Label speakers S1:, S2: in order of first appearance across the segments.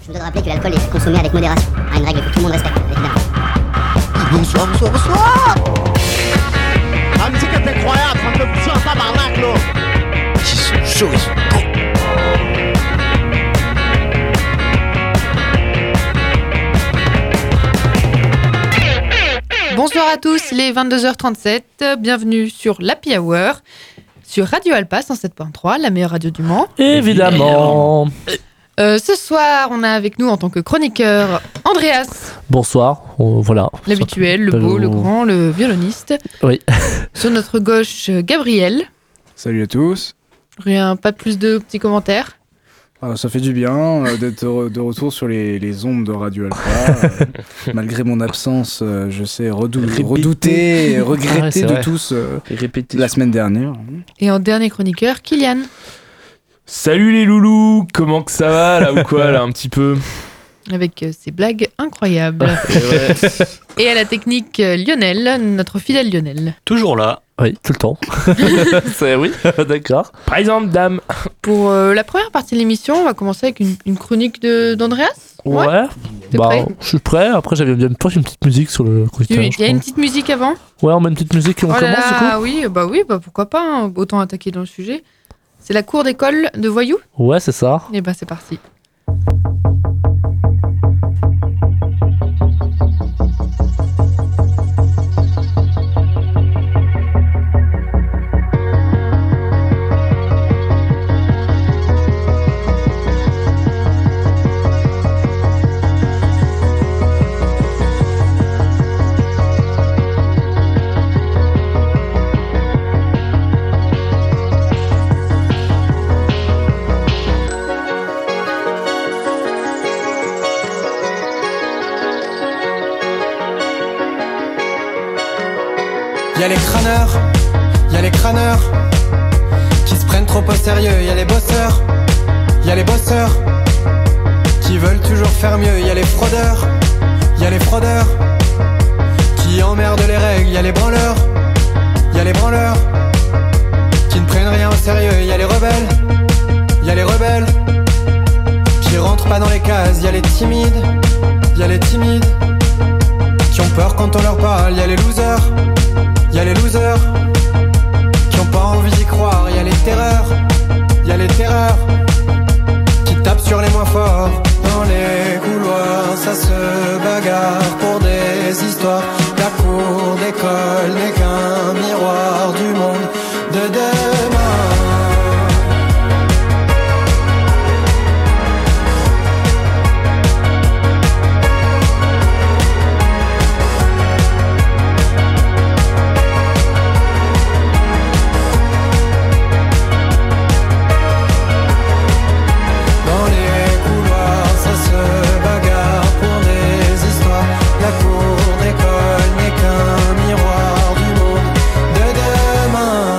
S1: Je voudrais rappeler que l'alcool est consommé avec modération. Ah, une règle que tout le monde respecte, évidemment.
S2: Bonsoir, bonsoir, bonsoir La musique est incroyable, ça me fait pousser en tabarnak, là Ils sont chauds, ils sont beaux
S3: Bonsoir à tous, il est 22h37. euh, Bienvenue sur l'Happy Hour sur Radio Alpa 107.3, la meilleure radio du Mans.
S4: Évidemment.
S3: Euh, ce soir, on a avec nous en tant que chroniqueur Andreas,
S4: Bonsoir, on- voilà.
S3: l'habituel, le beau, le
S4: Bonjour.
S3: grand, le violoniste.
S4: Oui.
S3: Sur notre gauche, euh, Gabriel.
S5: Salut à tous.
S3: Rien, pas plus de petits commentaires.
S5: Euh, ça fait du bien euh, d'être re- de retour sur les, les ondes de Radio Alpha. Euh, malgré mon absence, euh, je sais redou-
S6: Répéter.
S5: redouter et
S4: Ah ouais, c'est
S5: regretter
S4: vrai.
S5: de tous euh,
S6: Répétez.
S5: la semaine dernière.
S3: Et en dernier chroniqueur, Kylian.
S6: Salut les loulous, comment que ça va là ou quoi là un petit peu
S3: avec euh, ses blagues incroyables. Et à la technique euh, Lionel, notre fidèle Lionel.
S7: Toujours là.
S4: Oui, tout le temps.
S6: C'est oui.
S4: D'accord.
S6: Par exemple, dame.
S3: Pour euh, la première partie de l'émission, on va commencer avec une, une chronique de- d'Andreas.
S4: Ouais.
S3: T'es
S4: bah,
S3: prêt
S4: je suis prêt. Après, j'avais bien proche une petite musique sur le
S3: Tu-
S4: conducteur.
S3: Il y a une petite musique avant
S4: Ouais, on met une petite musique et on
S3: Oh là
S4: commence du
S3: là, oui, bah oui, bah pourquoi pas, hein, autant attaquer dans le sujet. C'est la cour d'école de voyous
S4: coup. Ouais, c'est ça.
S3: Et bah c'est parti.
S8: Y'a les crâneurs, y'a les crâneurs qui se prennent trop au sérieux. Y'a les bosseurs, y'a les bosseurs qui veulent toujours faire mieux. Y'a les fraudeurs, y'a les fraudeurs qui emmerdent les règles. Y'a les branleurs, y'a les branleurs qui ne prennent rien au sérieux. Y'a les rebelles, y'a les rebelles qui rentrent pas dans les cases. Y'a les timides, y'a les timides qui ont peur quand on leur parle. Y'a les losers. Y'a les losers qui ont pas envie d'y croire. Y'a les terreurs, y'a les terreurs qui tapent sur les moins forts. Dans les couloirs, ça se bagarre pour des histoires. La cour d'école n'est qu'un miroir du monde de demain. Dans les couloirs, ça se bagarre pour des histoires. La cour d'école n'est qu'un miroir du monde de demain.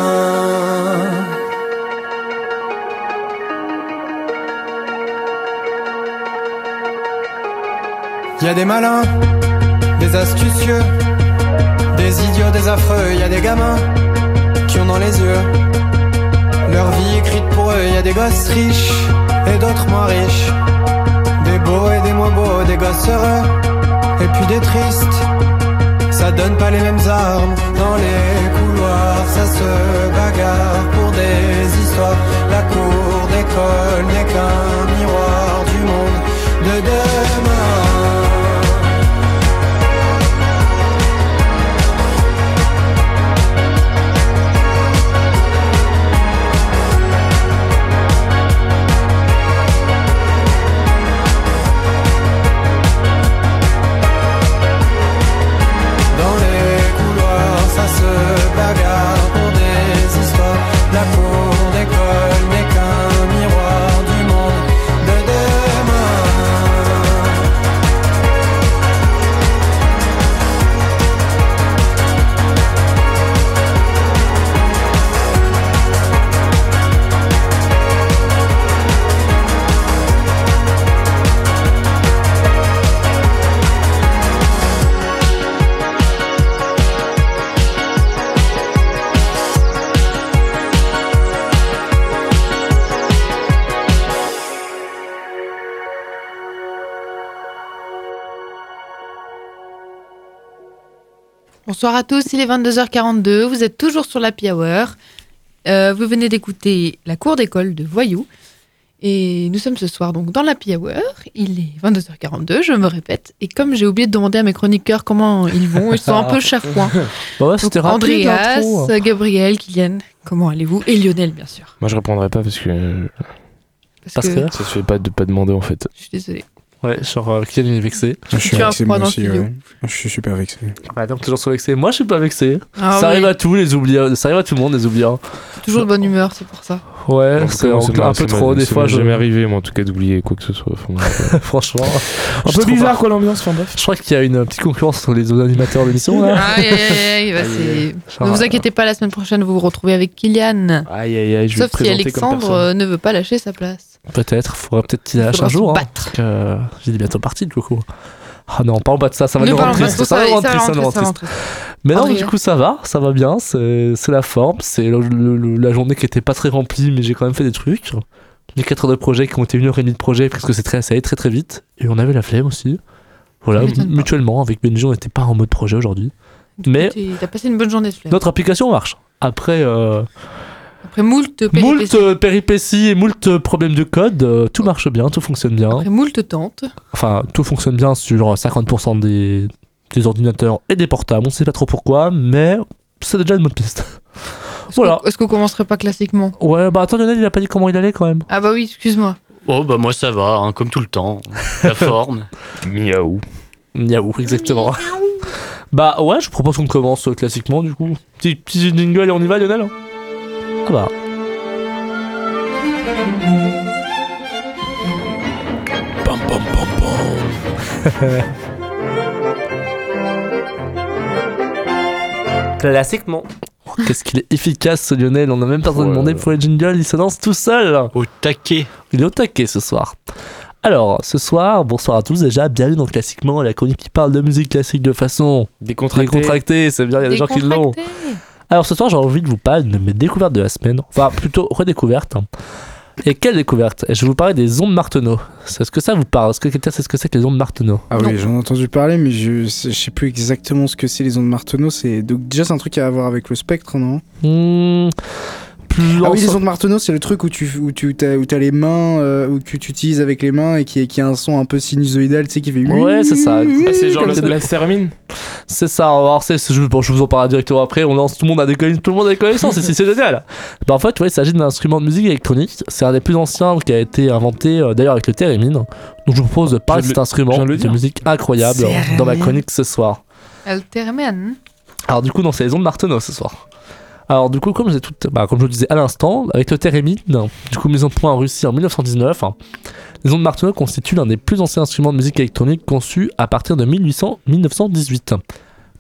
S8: Y a des malins, des astucieux, des idiots, des affreux. Y a des gamins qui ont dans les yeux leur vie écrite pour eux. Y a des gosses riches et d'autres moins riches, des beaux et des moins beaux, des gosses heureux et puis des tristes. Ça donne pas les mêmes armes dans les couloirs, ça se bagarre pour des histoires. La cour d'école n'est qu'un miroir du monde de demain. Dans les couloirs, ça se bagarre pour des histoires. La cour d'école n'est qu'un miroir du monde
S3: Bonsoir à tous, il est 22h42, vous êtes toujours sur l'Happy Hour. Euh, vous venez d'écouter la cour d'école de Voyou. Et nous sommes ce soir donc dans l'Happy Hour. Il est 22h42, je me répète. Et comme j'ai oublié de demander à mes chroniqueurs comment ils vont, ils sont un peu chafouins.
S4: Bah ouais,
S3: Donc,
S4: c'était rapide,
S3: Andreas,
S4: l'intro.
S3: Gabriel, Kylian, comment allez-vous Et Lionel, bien sûr.
S6: Moi, je répondrai pas parce que euh,
S4: Parce que...
S6: ça se fait pas de pas demander en fait.
S3: Je suis désolée.
S4: Ouais, genre, euh, Kylian il est vexé.
S5: Je suis
S3: Tu as un
S5: vexé, moi
S3: froid dans le
S5: aussi,
S3: studio.
S5: ouais. Je suis super vexé.
S4: Bah donc, toujours sont vexés. Moi, je suis pas vexé.
S3: Ah
S4: ça
S3: oui,
S4: arrive à tous les oubliés. Ça arrive à tout le monde, les oubliés.
S3: Toujours de bonne humeur, c'est pour ça.
S4: Ouais,
S6: Bon,
S4: c'est
S6: comment
S4: un,
S6: ça
S4: un
S6: m'a-
S4: peu
S6: ça m'a-
S4: trop, des
S6: ça
S4: fois.
S6: m'est
S4: Je...
S6: jamais arrivé, moi, en tout cas, d'oublier quoi que ce soit. Enfin, bon,
S4: Franchement.
S6: un
S4: je
S6: peu
S4: trouve
S6: bizarre, quoi, l'ambiance, enfin bref.
S4: Je crois qu'il y a une euh, petite concurrence entre les animateurs de l'émission, là.
S3: Aïe, aïe, aïe, aïe, bah, c'est-
S4: Genre,
S3: Ne vous inquiétez pas, la semaine prochaine, vous vous retrouvez avec Kylian.
S6: Aïe, aïe, aïe, je vais
S3: Sauf
S6: te
S3: si
S6: présenter
S3: Alexandre
S6: comme personne.
S3: euh, ne veut pas lâcher sa place.
S4: Peut-être, faudra peut-être qu'il
S3: Il
S4: lâche
S3: faudra
S4: un jour.
S3: se
S4: Hein,
S3: battre.
S4: parce que il est bientôt parti, du coup. Ah non, parlons pas de ça, ça va
S3: Ne
S4: nous rendre
S3: parlons pas de
S4: triste.
S3: ça,
S4: Ça va nous rendre
S3: ça va
S4: triste, ça va nous
S3: rentrer,
S4: rendre
S3: ça va
S4: triste.
S3: rentrer.
S4: Mais non,
S3: Andrea.
S4: du coup, ça va, ça va bien, c'est c'est la forme, c'est le- le- le- la journée qui était pas très remplie, mais j'ai quand même fait des trucs. Les 4 heures de projet qui ont été une heure et demie de projet, parce que c'est très, ça allait très très vite. Et on avait la flemme aussi. Voilà,
S3: Ça m'étonne pas.
S4: mutuellement, avec Benji, on n'était pas en mode projet aujourd'hui. Mais
S3: T'es- T'as passé une bonne journée de flemme.
S4: notre application marche. Après euh,
S3: Après moult
S4: moult
S3: péripéties,
S4: euh, péripéties et moult euh, problèmes de code, euh, tout marche bien, tout fonctionne bien.
S3: après moult tentes,
S4: enfin tout fonctionne bien sur euh, 50% des, des ordinateurs et des portables. On sait pas trop pourquoi, mais c'est déjà une bonne piste.
S3: est-ce
S4: Voilà.
S3: qu'on- est-ce qu'on commencerait pas classiquement
S4: Ouais, bah attends, Lionel, il a pas dit comment il allait quand même.
S3: Ah bah oui, excuse-moi.
S7: Oh bah moi ça va, hein, comme tout le temps. La forme.
S6: Miaou.
S4: Miaou, exactement. bah ouais, je propose qu'on commence euh, classiquement du coup. Petit, petit jingle et on y va, Lionel hein. Ah bah. bah.
S7: Classiquement.
S4: Qu'est-ce qu'il est efficace ce Lionel, on n'a même pas besoin de
S6: Ouais.
S4: demander pour les jingles, il se lance tout seul
S7: Au taquet.
S4: Il est au taquet ce soir. Alors, ce soir, bonsoir à tous déjà, bienvenue dans Classiquement, la chronique qui parle de musique classique de façon
S6: Décontracté.
S4: Contracté. Décontracté, c'est bien, il y a des gens qui l'ont.
S3: Décontracté.
S4: Alors ce soir, j'ai envie de vous parler de mes découvertes de la semaine, enfin plutôt redécouvertes. hein. Et quelle découverte Je vais vous parler des ondes Marteneau. Est-ce que ça vous parle Est-ce que quelqu'un sait ce que c'est que les ondes Marteneau
S5: Ah
S3: Non.
S5: oui, j'en ai entendu parler, mais je sais, je sais plus exactement ce que c'est les ondes Marteneau. C'est donc déjà c'est un truc à voir avec le spectre, non
S4: Hmm, plus
S5: Ah oui,
S4: ensemble-
S5: les ondes Marteneau, c'est le truc où tu où tu as, où t'as les mains euh, où que tu utilises avec les mains et qui qui a un son un peu sinusoïdal, tu sais qui fait.
S4: Ouais, c'est ça. Bah,
S6: Ah, c'est genre la,
S4: C'est-
S6: la sermine
S4: C'est ça, alors c'est, c'est- je, bon, je vous en parlerai directement après, on lance tout le monde à des connaissances, tout le monde a des connaissances, et c'est, c'est génial. Bah, en fait, ouais, il s'agit d'un instrument de musique électronique, c'est un des plus anciens qui a été inventé euh, d'ailleurs avec le thérémine. Donc je vous propose de parler de
S6: Je viens de
S4: cet
S6: le- je
S4: instrument
S6: viens de le
S4: de
S6: dire.
S4: musique incroyable
S3: Thérémine.
S4: dans ma chronique ce soir.
S3: Alterman.
S4: Alors du coup, non, c'est les ondes Marteneau ce soir. Alors du coup, comme, j'ai tout- bah, comme je vous le disais à l'instant, avec le Térémine, du coup mis en point en Russie en 1919, hein, les ondes Marteneau constituent l'un des plus anciens instruments de musique électronique conçus à partir de 1800-1918.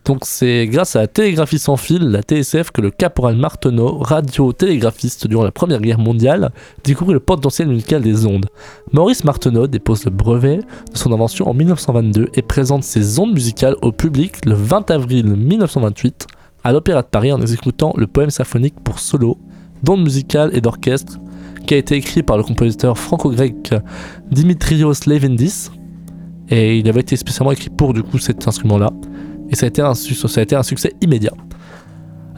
S4: Donc c'est grâce à la télégraphie sans fil, la TSF, que le caporal Marteneau, radio-télégraphiste durant la Première Guerre mondiale, découvrit le potentiel musical des ondes. Maurice Marteneau dépose le brevet de son invention en 1922 et présente ses ondes musicales au public le 20 avril 1928 à l'Opéra de Paris en exécutant le poème symphonique pour solo d'ondes musicales et d'orchestre qui a été écrit par le compositeur franco-grec Dimitrios Levendis et il avait été spécialement écrit pour du coup cet instrument-là et ça a été un, su- ça a été un succès immédiat.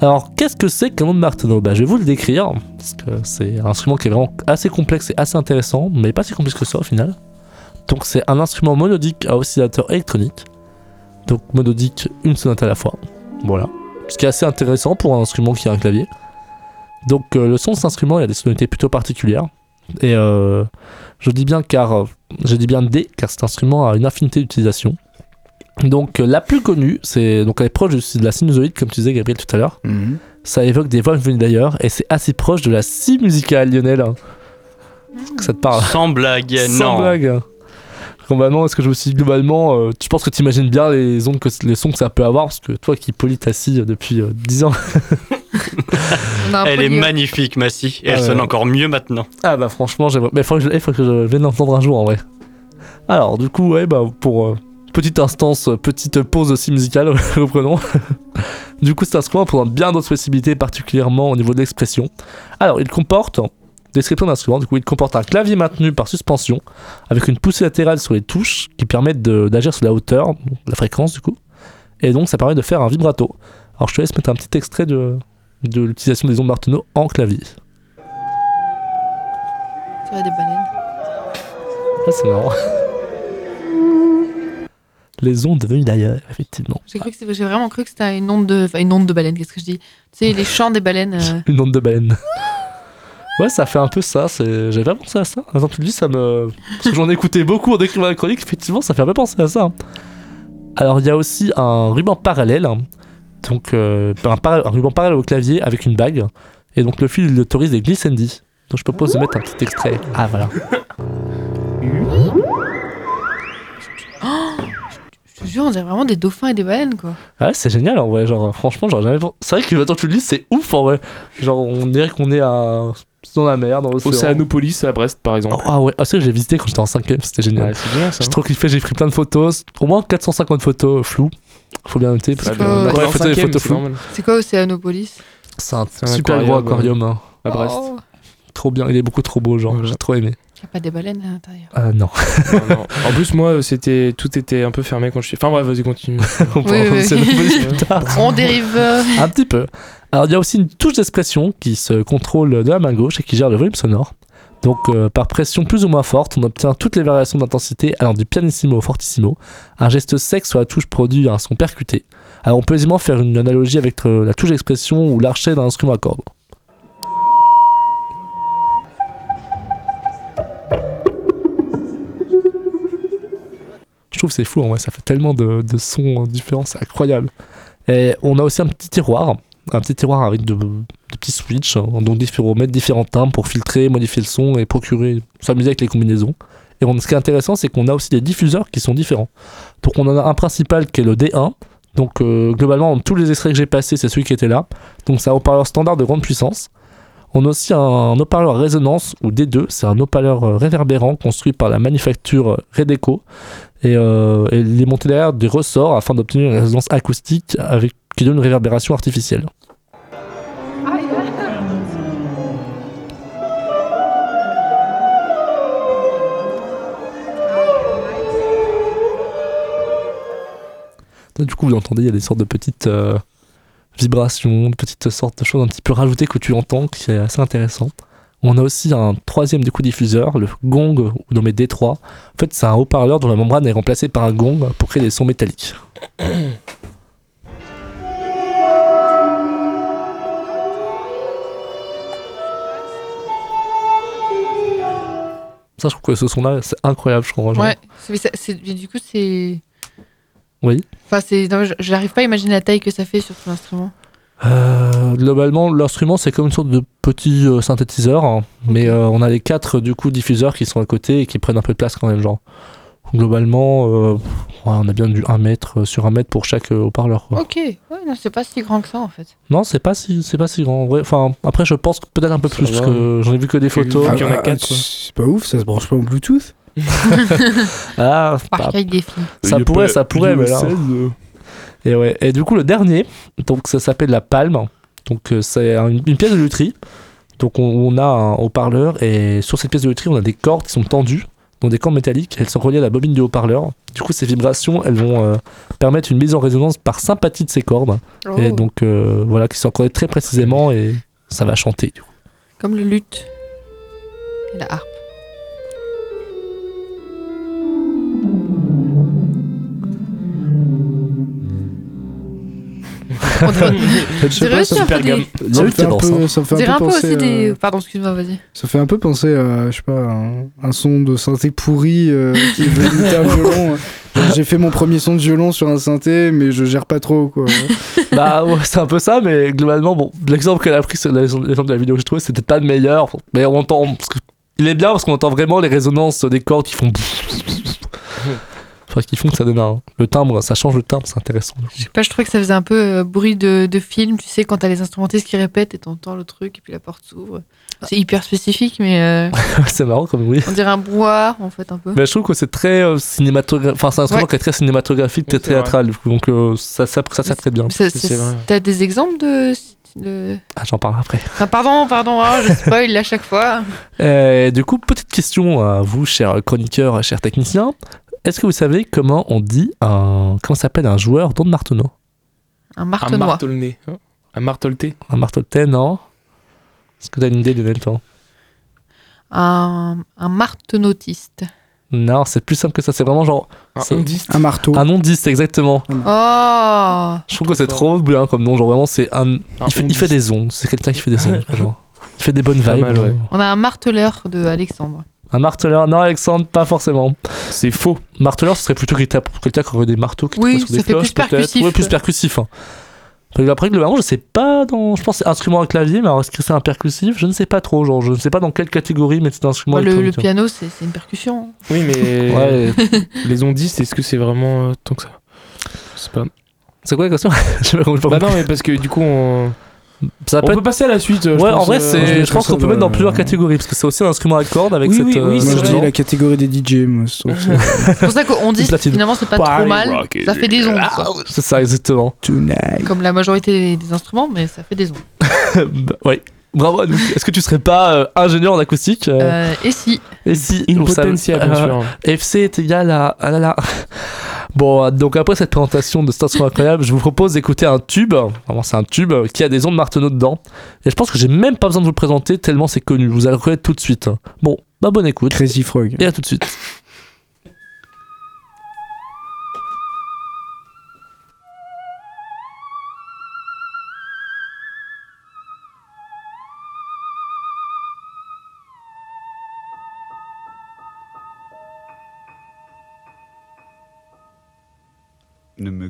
S4: Alors qu'est-ce que c'est qu'un onde Marteneau bah, Je vais vous le décrire parce que c'est un instrument qui est vraiment assez complexe et assez intéressant mais pas si complexe que ça au final. Donc c'est un instrument monodique à oscillateur électronique. Donc monodique, une sonate à la fois. Voilà. Ce qui est assez intéressant pour un instrument qui a un clavier. Donc euh, le son de cet instrument, il a des sonorités plutôt particulières. Et euh, je dis bien car euh, je dis bien D car cet instrument a une infinité d'utilisations. Donc euh, la plus connue, c'est donc elle est proche du- de la sinusoïde comme tu disais Gabriel tout à l'heure.
S5: Mhm.
S4: Mm-hmm. Ça évoque des voix venues d'ailleurs et c'est assez proche de la si musicale Lionel. Est-ce que ça te parle
S7: Sans blague,
S4: sans
S7: non.
S4: blague. hein. Globalement, est-ce que je me suis dit, globalement, euh, tu penses que tu imagines bien les ondes que, les sons que ça peut avoir Parce que toi qui polis ta scie depuis euh, 10 ans.
S3: On a un
S7: Elle
S3: peu hein.
S7: est
S3: lié.
S7: magnifique, ma scie. Et
S4: Ah
S7: Elle
S4: ouais.
S7: sonne encore mieux maintenant.
S4: Ah bah franchement, j'aimerais. Mais il faudrait que je, eh, faudrait que je vienne l'entendre un jour en vrai. Alors, du coup, ouais, bah pour. euh, petite instance, euh, petite pause aussi musicale, reprenons. du coup, cet instrument présente bien d'autres possibilités, particulièrement au niveau de l'expression. Alors, il comporte. Description d'instrument, du coup, il comporte un clavier maintenu par suspension, avec une poussée latérale sur les touches qui permettent de- d'agir sur la hauteur, bon, la fréquence du coup, et donc ça permet de faire un vibrato. Alors je te laisse mettre un petit extrait de, de l'utilisation des ondes Martenot en clavier.
S3: Tu vois des baleines.
S4: Ah, c'est marrant. Les ondes venues d'ailleurs, effectivement.
S3: J'ai cru que c'était- j'ai vraiment cru que c'était une onde de, enfin, une onde de baleines. Qu'est-ce que je dis Tu sais les chants des baleines. euh,
S4: Une onde de baleine. Ouais, ça fait un peu ça. c'est- J'avais pas pensé à ça. Maintenant que tu le dis, ça me. Parce que j'en écoutais beaucoup en décrivant la chronique, effectivement, ça fait un peu penser à ça. Alors, il y a aussi un ruban parallèle. hein. Donc, euh, un, para- un ruban parallèle au clavier avec une bague. Et donc, le fil autorise des glissandis. Donc, je propose de mettre un petit extrait. Ah, voilà.
S3: Oh Je te jure, on dirait vraiment des dauphins et des baleines quoi.
S4: Ouais, c'est génial en vrai. Genre, franchement, j'aurais jamais pensé. C'est vrai que maintenant que tu le dis, c'est ouf en vrai. Genre, on dirait qu'on est à... dans la mer, dans l'océan.
S6: Océanopolis à Brest, par exemple.
S4: Oh, ah ouais, ah, c'est vrai que j'ai visité quand j'étais en 5ème, c'était génial.
S6: Ouais, c'est bien ça.
S4: J'ai trop kiffé, j'ai pris plein de photos. Au moins 450 photos floues. Faut bien noter. Parce
S3: Ouais,
S4: que
S3: bien.
S4: on a
S3: Ouais,
S4: pas
S6: en
S4: fait des
S6: cinquième,
S4: photos
S6: c'est
S4: floues.
S6: normal.
S3: C'est quoi Océanopolis
S4: C'est un,
S6: C'est un
S4: super gros
S6: aquarium,
S4: aquarium. hein.
S6: À Brest.
S3: Oh,
S4: Trop bien, il est beaucoup trop beau, genre.
S6: Voilà.
S4: J'ai trop aimé.
S3: y a pas des baleines à l'intérieur.
S4: Ah non,
S6: Non, non. En plus, moi, c'était tout était un peu fermé quand je suis. Enfin, bref, vas-y, continue.
S4: on pourra
S3: oui, oui.
S4: c'est notre police plus tard.
S3: On dérive. euh,
S4: Ah. Un petit peu. Alors, il y a aussi une touche d'expression qui se contrôle de la main gauche et qui gère le volume sonore. Donc, euh, par pression plus ou moins forte, on obtient toutes les variations d'intensité allant du pianissimo au fortissimo. Un geste sec sur la touche produit un son percuté. Alors, on peut aisément faire une analogie avec euh, la touche d'expression ou l'archet d'un instrument à cordes. Je trouve que c'est fou, en vrai, ça fait tellement de, de sons euh, différents, c'est incroyable. Et on a aussi un petit tiroir, un petit tiroir avec de, de petits switches, hein, donc différents, mettre différents timbres pour filtrer, modifier le son et procurer, s'amuser avec les combinaisons. Et on- ce qui est intéressant, c'est qu'on a aussi des diffuseurs qui sont différents. Donc on en a un principal qui est le D1. Donc euh, globalement, tous les extraits que j'ai passés, c'est celui qui était là. Donc c'est un haut-parleur standard de grande puissance. On a aussi un, haut-parleur à résonance ou D2, c'est un haut-parleur euh, réverbérant construit par la manufacture euh, Redeco et, euh, et les monter derrière des ressorts afin d'obtenir une résonance acoustique avec, qui donne une réverbération artificielle. Là, du coup, vous entendez, il y a des sortes de petites euh, vibrations, de petites sortes de choses un petit peu rajoutées que tu entends, qui est assez intéressant. On a aussi un troisième du coup diffuseur, le gong, ou nommé D3, en fait, c'est un haut-parleur dont la membrane est remplacée par un gong pour créer des sons métalliques. Ça, je trouve que ce son-là, c'est incroyable, je crois. genre.
S3: Ouais. C'est- mais ça- c'est- mais du coup c'est.
S4: Oui.
S3: Enfin c'est. non, j- J'arrive pas à imaginer la taille que ça fait sur tout l'instrument.
S4: Euh, globalement, l'instrument, c'est comme une sorte de petit euh, synthétiseur, hein. mais euh, on a les quatre du coup diffuseurs qui sont à côté et qui prennent un peu de place quand même, genre. Globalement, euh, ouais, on a bien du 1 mètre euh, sur 1 mètre pour chaque euh, haut-parleur. quoi.
S3: Ok. Ouais, non c'est pas si grand que ça en fait.
S4: Non, c'est pas si c'est pas si grand. en vrai. Enfin, après, je pense que peut-être un peu
S6: Ça
S4: plus
S6: va.
S4: parce que j'en ai vu que des photos.
S6: Vu qu'il y en a quatre,
S5: tu-
S6: quoi.
S5: C'est pas ouf, ça se branche pas en Bluetooth.
S4: Ah,
S3: Par
S4: bah,
S3: avec des filles.
S4: ça
S6: Il est
S4: pourrait,
S6: pas-
S4: ça pourrait,
S6: il est
S4: mais là. hein.
S6: 16,
S5: E
S6: euh.
S4: Et ouais. Et du coup, le dernier, donc ça s'appelle la palme. Donc euh, c'est un- une, pièce de lutherie. Donc on, on a un haut-parleur et sur cette pièce de lutherie, on a des cordes qui sont tendues, donc des cordes métalliques. Elles sont reliées à la bobine du haut-parleur. Du coup, ces vibrations, elles vont euh, permettre une mise en résonance par sympathie de ces cordes. Et donc euh, voilà, qui sont accordées très précisément et ça va chanter. du coup.
S3: Comme le luth. Et la harpe. On dirait-
S5: Je sais
S3: dirait
S5: pas,
S3: aussi
S5: ça
S3: un peu
S5: me-
S3: des-
S5: ça me
S4: Zut,
S5: fait un
S4: t'es dans
S5: peu- ça me
S3: on
S5: fait
S3: dirait
S5: un peu penser.
S3: aussi des.
S5: euh,
S3: Pardon, excuse-moi, vas-y.
S5: Ça fait un peu penser à, je sais pas, un, un son de synthé pourri euh, qui veut imiter un violon. Genre, J'ai fait mon premier son de violon sur un synthé, mais je gère pas trop, quoi.
S4: bah ouais, c'est un peu ça, mais globalement, bon, l'exemple qu'elle a pris, c'est l'exemple l'exemple de la vidéo que j'ai trouvé, c'était pas le meilleur, mais on entend, parce que- il est bien parce qu'on entend vraiment les résonances des cordes qui font. Enfin, qui font que ça donne un. Le timbre, ça change le timbre, c'est intéressant.
S3: Je sais pas, je trouvais que ça faisait un peu euh, bruit de, de film, tu sais, quand t'as les instrumentistes qui répètent et t'entends le truc et puis la porte s'ouvre. C'est hyper spécifique, mais euh,
S4: c'est marrant comme oui.
S3: on dirait un brouhaha en fait un peu.
S4: Mais je trouve que c'est très cinématographique. Enfin, c'est un instrument
S3: Ouais.
S4: qui est très cinématographique, très
S6: Oui, c'est vrai.
S4: théâtral, du coup, donc euh, ça, ça, ça, ça très bien.
S3: Mais ça-
S6: c'est-
S3: ça-
S6: c'est vrai.
S3: T'as des exemples de. de-
S4: Ah, j'en parle après.
S3: Enfin, pardon, pardon, ah, je spoil à chaque fois.
S4: Euh, du coup, petite question à vous, chers chroniqueurs, chers techniciens. Est-ce que vous savez comment on dit un. Comment s'appelle un joueur d'onde martonneau
S3: Un
S6: Un
S3: martenois.
S6: martolné. hein Un martolté.
S4: Un marteauté, non Est-ce que t'as une idée, Lionel, toi
S3: Un, un martenoutiste.
S4: Non, c'est plus simple que ça. C'est vraiment genre.
S6: Un
S4: C'est-
S6: ondiste.
S5: Un marteau.
S4: Un ondiste, exactement.
S3: Oh
S4: Je trouve que c'est trop bien comme nom. Genre, vraiment, c'est un.
S6: Un
S4: Il fait, il fait
S6: ondiste.
S4: des ondes. C'est quelqu'un qui fait des ondes. genre. Il fait des bonnes
S6: Pas
S4: vibes.
S6: mal, ouais.
S4: genre.
S3: On a un marteleur de Alexandre.
S4: Un marteleur. Non, Alexandre, pas forcément.
S6: C'est faux.
S4: Marteleur, ce serait plutôt quelqu'un quelqu'un qui aurait des marteaux qui
S3: Oui,
S4: tape sur
S3: ça
S4: des
S3: fait plus
S4: cloches, peut-être.
S3: percussif.
S4: Ouais, plus percussif. hein. Après, Après, globalement, je sais pas dans. Je pense que c'est instrument à clavier, mais alors est-ce que c'est un percussif Je ne sais pas trop. Genre, je ne sais pas dans quelle catégorie, mais c'est un instrument
S3: Bah, le, le
S4: électronique. hein.
S3: piano, c'est c'est une percussion.
S6: Oui, mais
S4: Ouais.
S6: les ondistes, est-ce que c'est vraiment euh, tant que ça C'est pas.
S4: C'est quoi la question Je sais pas comment je peux
S6: Bah
S4: répondre.
S6: non, mais parce que du coup, on,
S4: Ça
S6: on
S4: peut
S6: peut passer à la suite. euh, je
S4: Ouais, en
S6: pense,
S4: vrai,
S6: euh,
S4: c'est. Je pense
S5: ça
S4: qu'on peut
S5: dans
S4: mettre dans
S5: le-
S4: plusieurs catégories parce que c'est aussi un instrument à cordes avec
S6: Oui,
S4: cette. euh,
S6: oui,
S5: Moi,
S6: oui, c'est
S5: je
S6: vrai.
S5: dis la catégorie des DJ, moi, je trouve ça.
S3: C'est pour ça qu'on dit
S4: platine.
S3: finalement, c'est pas trop
S6: Party
S3: mal.
S6: rock is-
S3: Ça fait des ondes. quoi.
S4: C'est ça, exactement.
S5: Tonight.
S3: Comme la majorité des, des instruments, mais ça fait des ondes.
S4: oui. Bah, Bravo. Anouk. Est-ce que tu serais pas euh, ingénieur en acoustique euh,
S3: Euh, et si
S4: Et si
S6: In
S4: pour ça-
S6: potentia,
S4: euh,
S6: bien sûr.
S4: FC est égal à. Ah là là. Bon, donc après cette présentation de cet instrument incroyable, je vous propose d'écouter un tube. Vraiment, c'est un tube qui a des ondes marteneaux dedans. Et je pense que j'ai même pas besoin de vous le présenter tellement c'est connu. Vous allez le reconnaître tout de suite. Bon, bah bonne écoute.
S5: Crazy Frog.
S4: Et à tout de suite.
S9: Ne me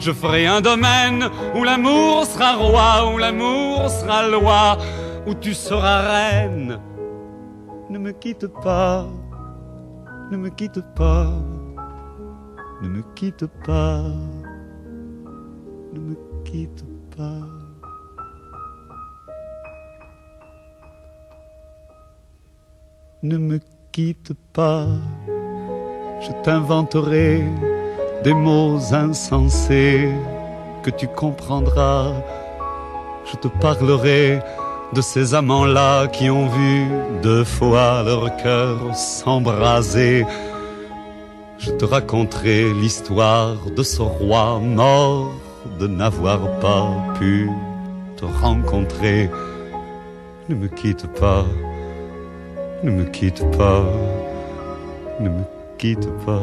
S9: Je ferai un domaine où l'amour sera roi, où l'amour sera loi, où tu seras reine. Ne me quitte pas, ne me quitte pas, ne me quitte pas, ne me quitte pas. Ne me quitte pas, je t'inventerai des mots insensés que tu comprendras. Je te parlerai de ces amants-là qui ont vu deux fois leur cœur s'embraser. Je te raconterai l'histoire de ce roi mort de n'avoir pas pu te rencontrer. Ne me quitte pas, ne me quitte pas, ne me quitte pas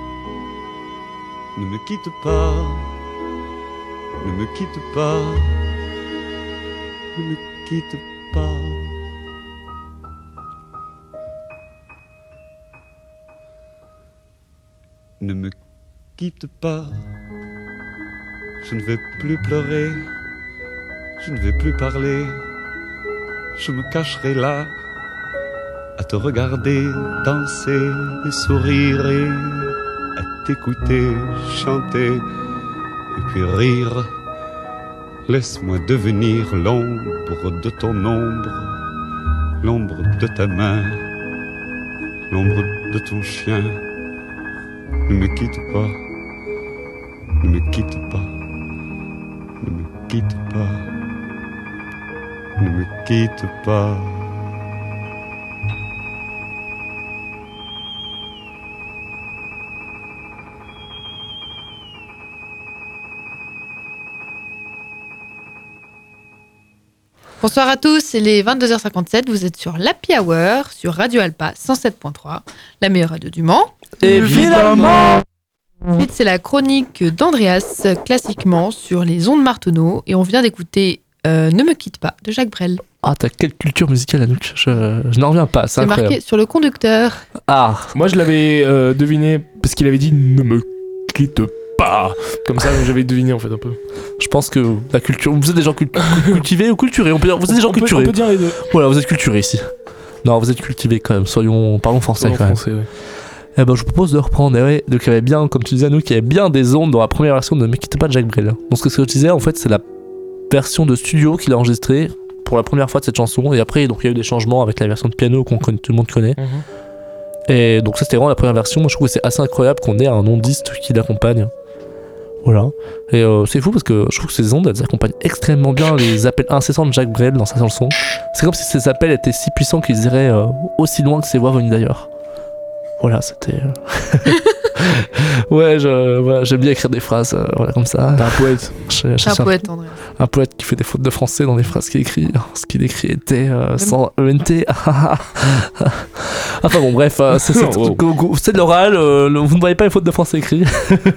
S9: ne me quitte pas, ne me quitte pas, ne me quitte pas. Ne me quitte pas, je ne vais plus pleurer, je ne vais plus parler, je me cacherai là à te regarder danser et sourire et à t'écouter chanter et puis rire. Laisse-moi devenir l'ombre de ton ombre, l'ombre de ta main, l'ombre de ton chien. Ne me quitte pas, ne me quitte pas, Ne me quitte pas. Ne me quitte pas.
S3: Bonsoir à tous, c'est les 22h57, vous êtes sur l'Happy Hour, sur Radio Alpa 107.3, la meilleure radio du Mans.
S4: Évidemment
S3: Ensuite, c'est la chronique d'Andreas, classiquement sur les ondes Marteneau, et on vient d'écouter euh, Ne me quitte pas de Jacques Brel.
S4: Ah, t'as quelle culture musicale, Anouk Je, je n'en reviens pas, c'est
S3: C'est
S4: incroyable.
S3: marqué sur le conducteur.
S4: Ah,
S6: Moi, je l'avais euh, deviné parce qu'il avait dit ne me quitte pas. Comme ça, j'avais deviné en fait un peu.
S4: je pense que la culture. Vous êtes des gens cult- cultivés ou culturés on peut dire- Vous êtes des gens
S6: On peut-
S4: culturés.
S6: On peut dire les deux.
S4: Voilà, vous êtes culturés ici. Non, vous êtes cultivés quand même. Soyons. Parlons français
S6: En
S4: quand même.
S6: français, ouais.
S4: Eh ben, je vous propose de reprendre. eh ouais, donc, il y avait bien, comme tu disais, nous, qu'il y avait bien des ondes dans la première version de Ne me quitte pas de Jacques Brel. Donc, ce que je disais, en fait, c'est la version de studio qu'il a enregistrée pour la première fois de cette chanson. Et après, donc, il y a eu des changements avec la version de piano qu'on connaît, tout le monde connaît.
S6: Mhm.
S4: Et donc, ça, c'était vraiment la première version. Moi, je trouve que c'est assez incroyable qu'on ait un ondiste qui l'accompagne. Voilà. Et euh, c'est fou parce que je trouve que ces ondes, elles accompagnent extrêmement bien les appels incessants de Jacques Brel dans sa chanson. C'est comme si ces appels étaient si puissants qu'ils iraient euh, aussi loin que ses voix venues d'ailleurs. Voilà, c'était. euh. ouais, je, voilà, j'aime bien écrire des phrases euh, voilà, comme ça.
S6: T'es un poète.
S4: Je- je
S3: C'est un
S4: suis un-
S3: poète, Andreas.
S4: un poète qui fait des fautes de français dans les phrases qu'il écrit. hein, Ce qu'il écrit était euh, sans ENT. enfin bon, bref, euh, c'est, c'est-
S6: Wow.
S4: c'est de l'oral. euh, le- vous ne voyez pas les fautes de français écrites.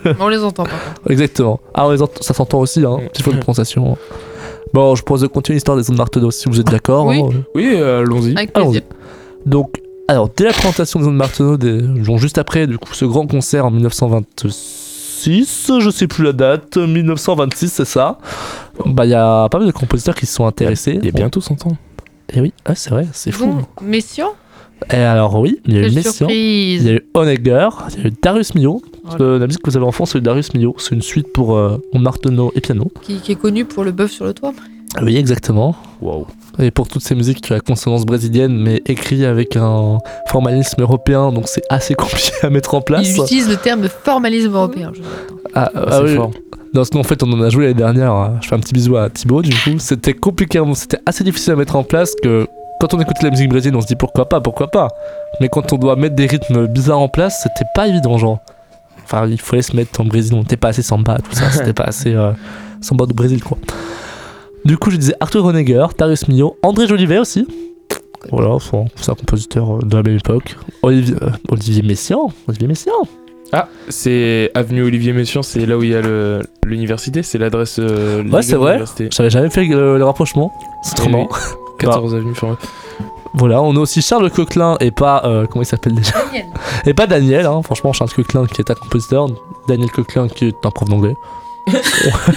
S3: Mais On les entend pas.
S4: Exactement. Ah, on les ent- ça s'entend aussi,
S6: Mm.
S4: hein. Petite faute de prononciation. Bon, je propose de continuer l'histoire des ondes Marteneau si vous êtes d'accord.
S3: Oui.
S4: hein.
S6: Oui, euh, allons-y.
S3: Avec plaisir.
S4: Allons-y. Donc, alors, dès la présentation des ondes Marteneau, des- genre juste après, du coup, ce grand concert en 1926, je sais plus la date, 1926, c'est ça. Bah, il y a pas mal de compositeurs qui se sont intéressés.
S6: Il est bientôt 100 ans.
S4: Et oui, ah, c'est vrai, c'est fou.
S3: Bon, Messian,
S4: Et alors, oui, il y a eu
S3: quelle
S4: Messiaen, il y
S3: surprise.
S4: a eu Honegger, il y a eu Darius Milhaud. Parce que La musique que vous avez en fond, c'est Darius Milhaud. C'est une suite pour euh, Marteneau et piano. Ah
S3: Qui, qui est connu pour le bœuf sur le toit.
S4: Oui, exactement.
S6: Waouh.
S4: Et pour toutes ces musiques à consonance brésilienne, mais écrites avec un formalisme européen, donc c'est assez compliqué à mettre en place.
S3: Ils utilisent le terme formalisme européen. je sais pas.
S4: Ah,
S6: Ah,
S4: ah
S6: c'est
S4: oui.
S6: fort.
S4: Non, sinon, en fait, on en a joué l'année dernière. hein. Je fais un petit bisou à Thibaut, du coup. C'était compliqué, hein. c'était assez difficile à mettre en place que quand on écoute la musique brésilienne, on se dit pourquoi pas, pourquoi pas. Mais quand on doit mettre des rythmes bizarres en place, c'était pas évident, genre. Enfin, il fallait se mettre en Brésil, on n'était pas assez samba, tout ça, c'était pas assez euh, samba du Brésil, quoi. Du coup, je disais Arthur Honegger, Tarius Milhaud, André Jolivet aussi. Voilà, enfin, c'est un compositeur euh, de la même époque. Olivier, euh, Olivier Messiaen, Olivier Messiaen.
S6: Ah, c'est avenue Olivier Messiaen, c'est là où il y a le- l'université, c'est l'adresse. euh, légale
S4: c'est vrai.
S6: de l'université.
S4: J'avais jamais fait euh, le, le rapprochement. C'est trop
S6: Eh
S4: marrant.
S6: 14 avenue. Enfin,
S4: Voilà, on a aussi Charles Coquelin et pas. euh, comment il s'appelle déjà
S3: Daniel.
S4: Et pas Daniel, hein. franchement, Charles Coquelin qui est un compositeur, Daniel Coquelin qui est un prof d'anglais.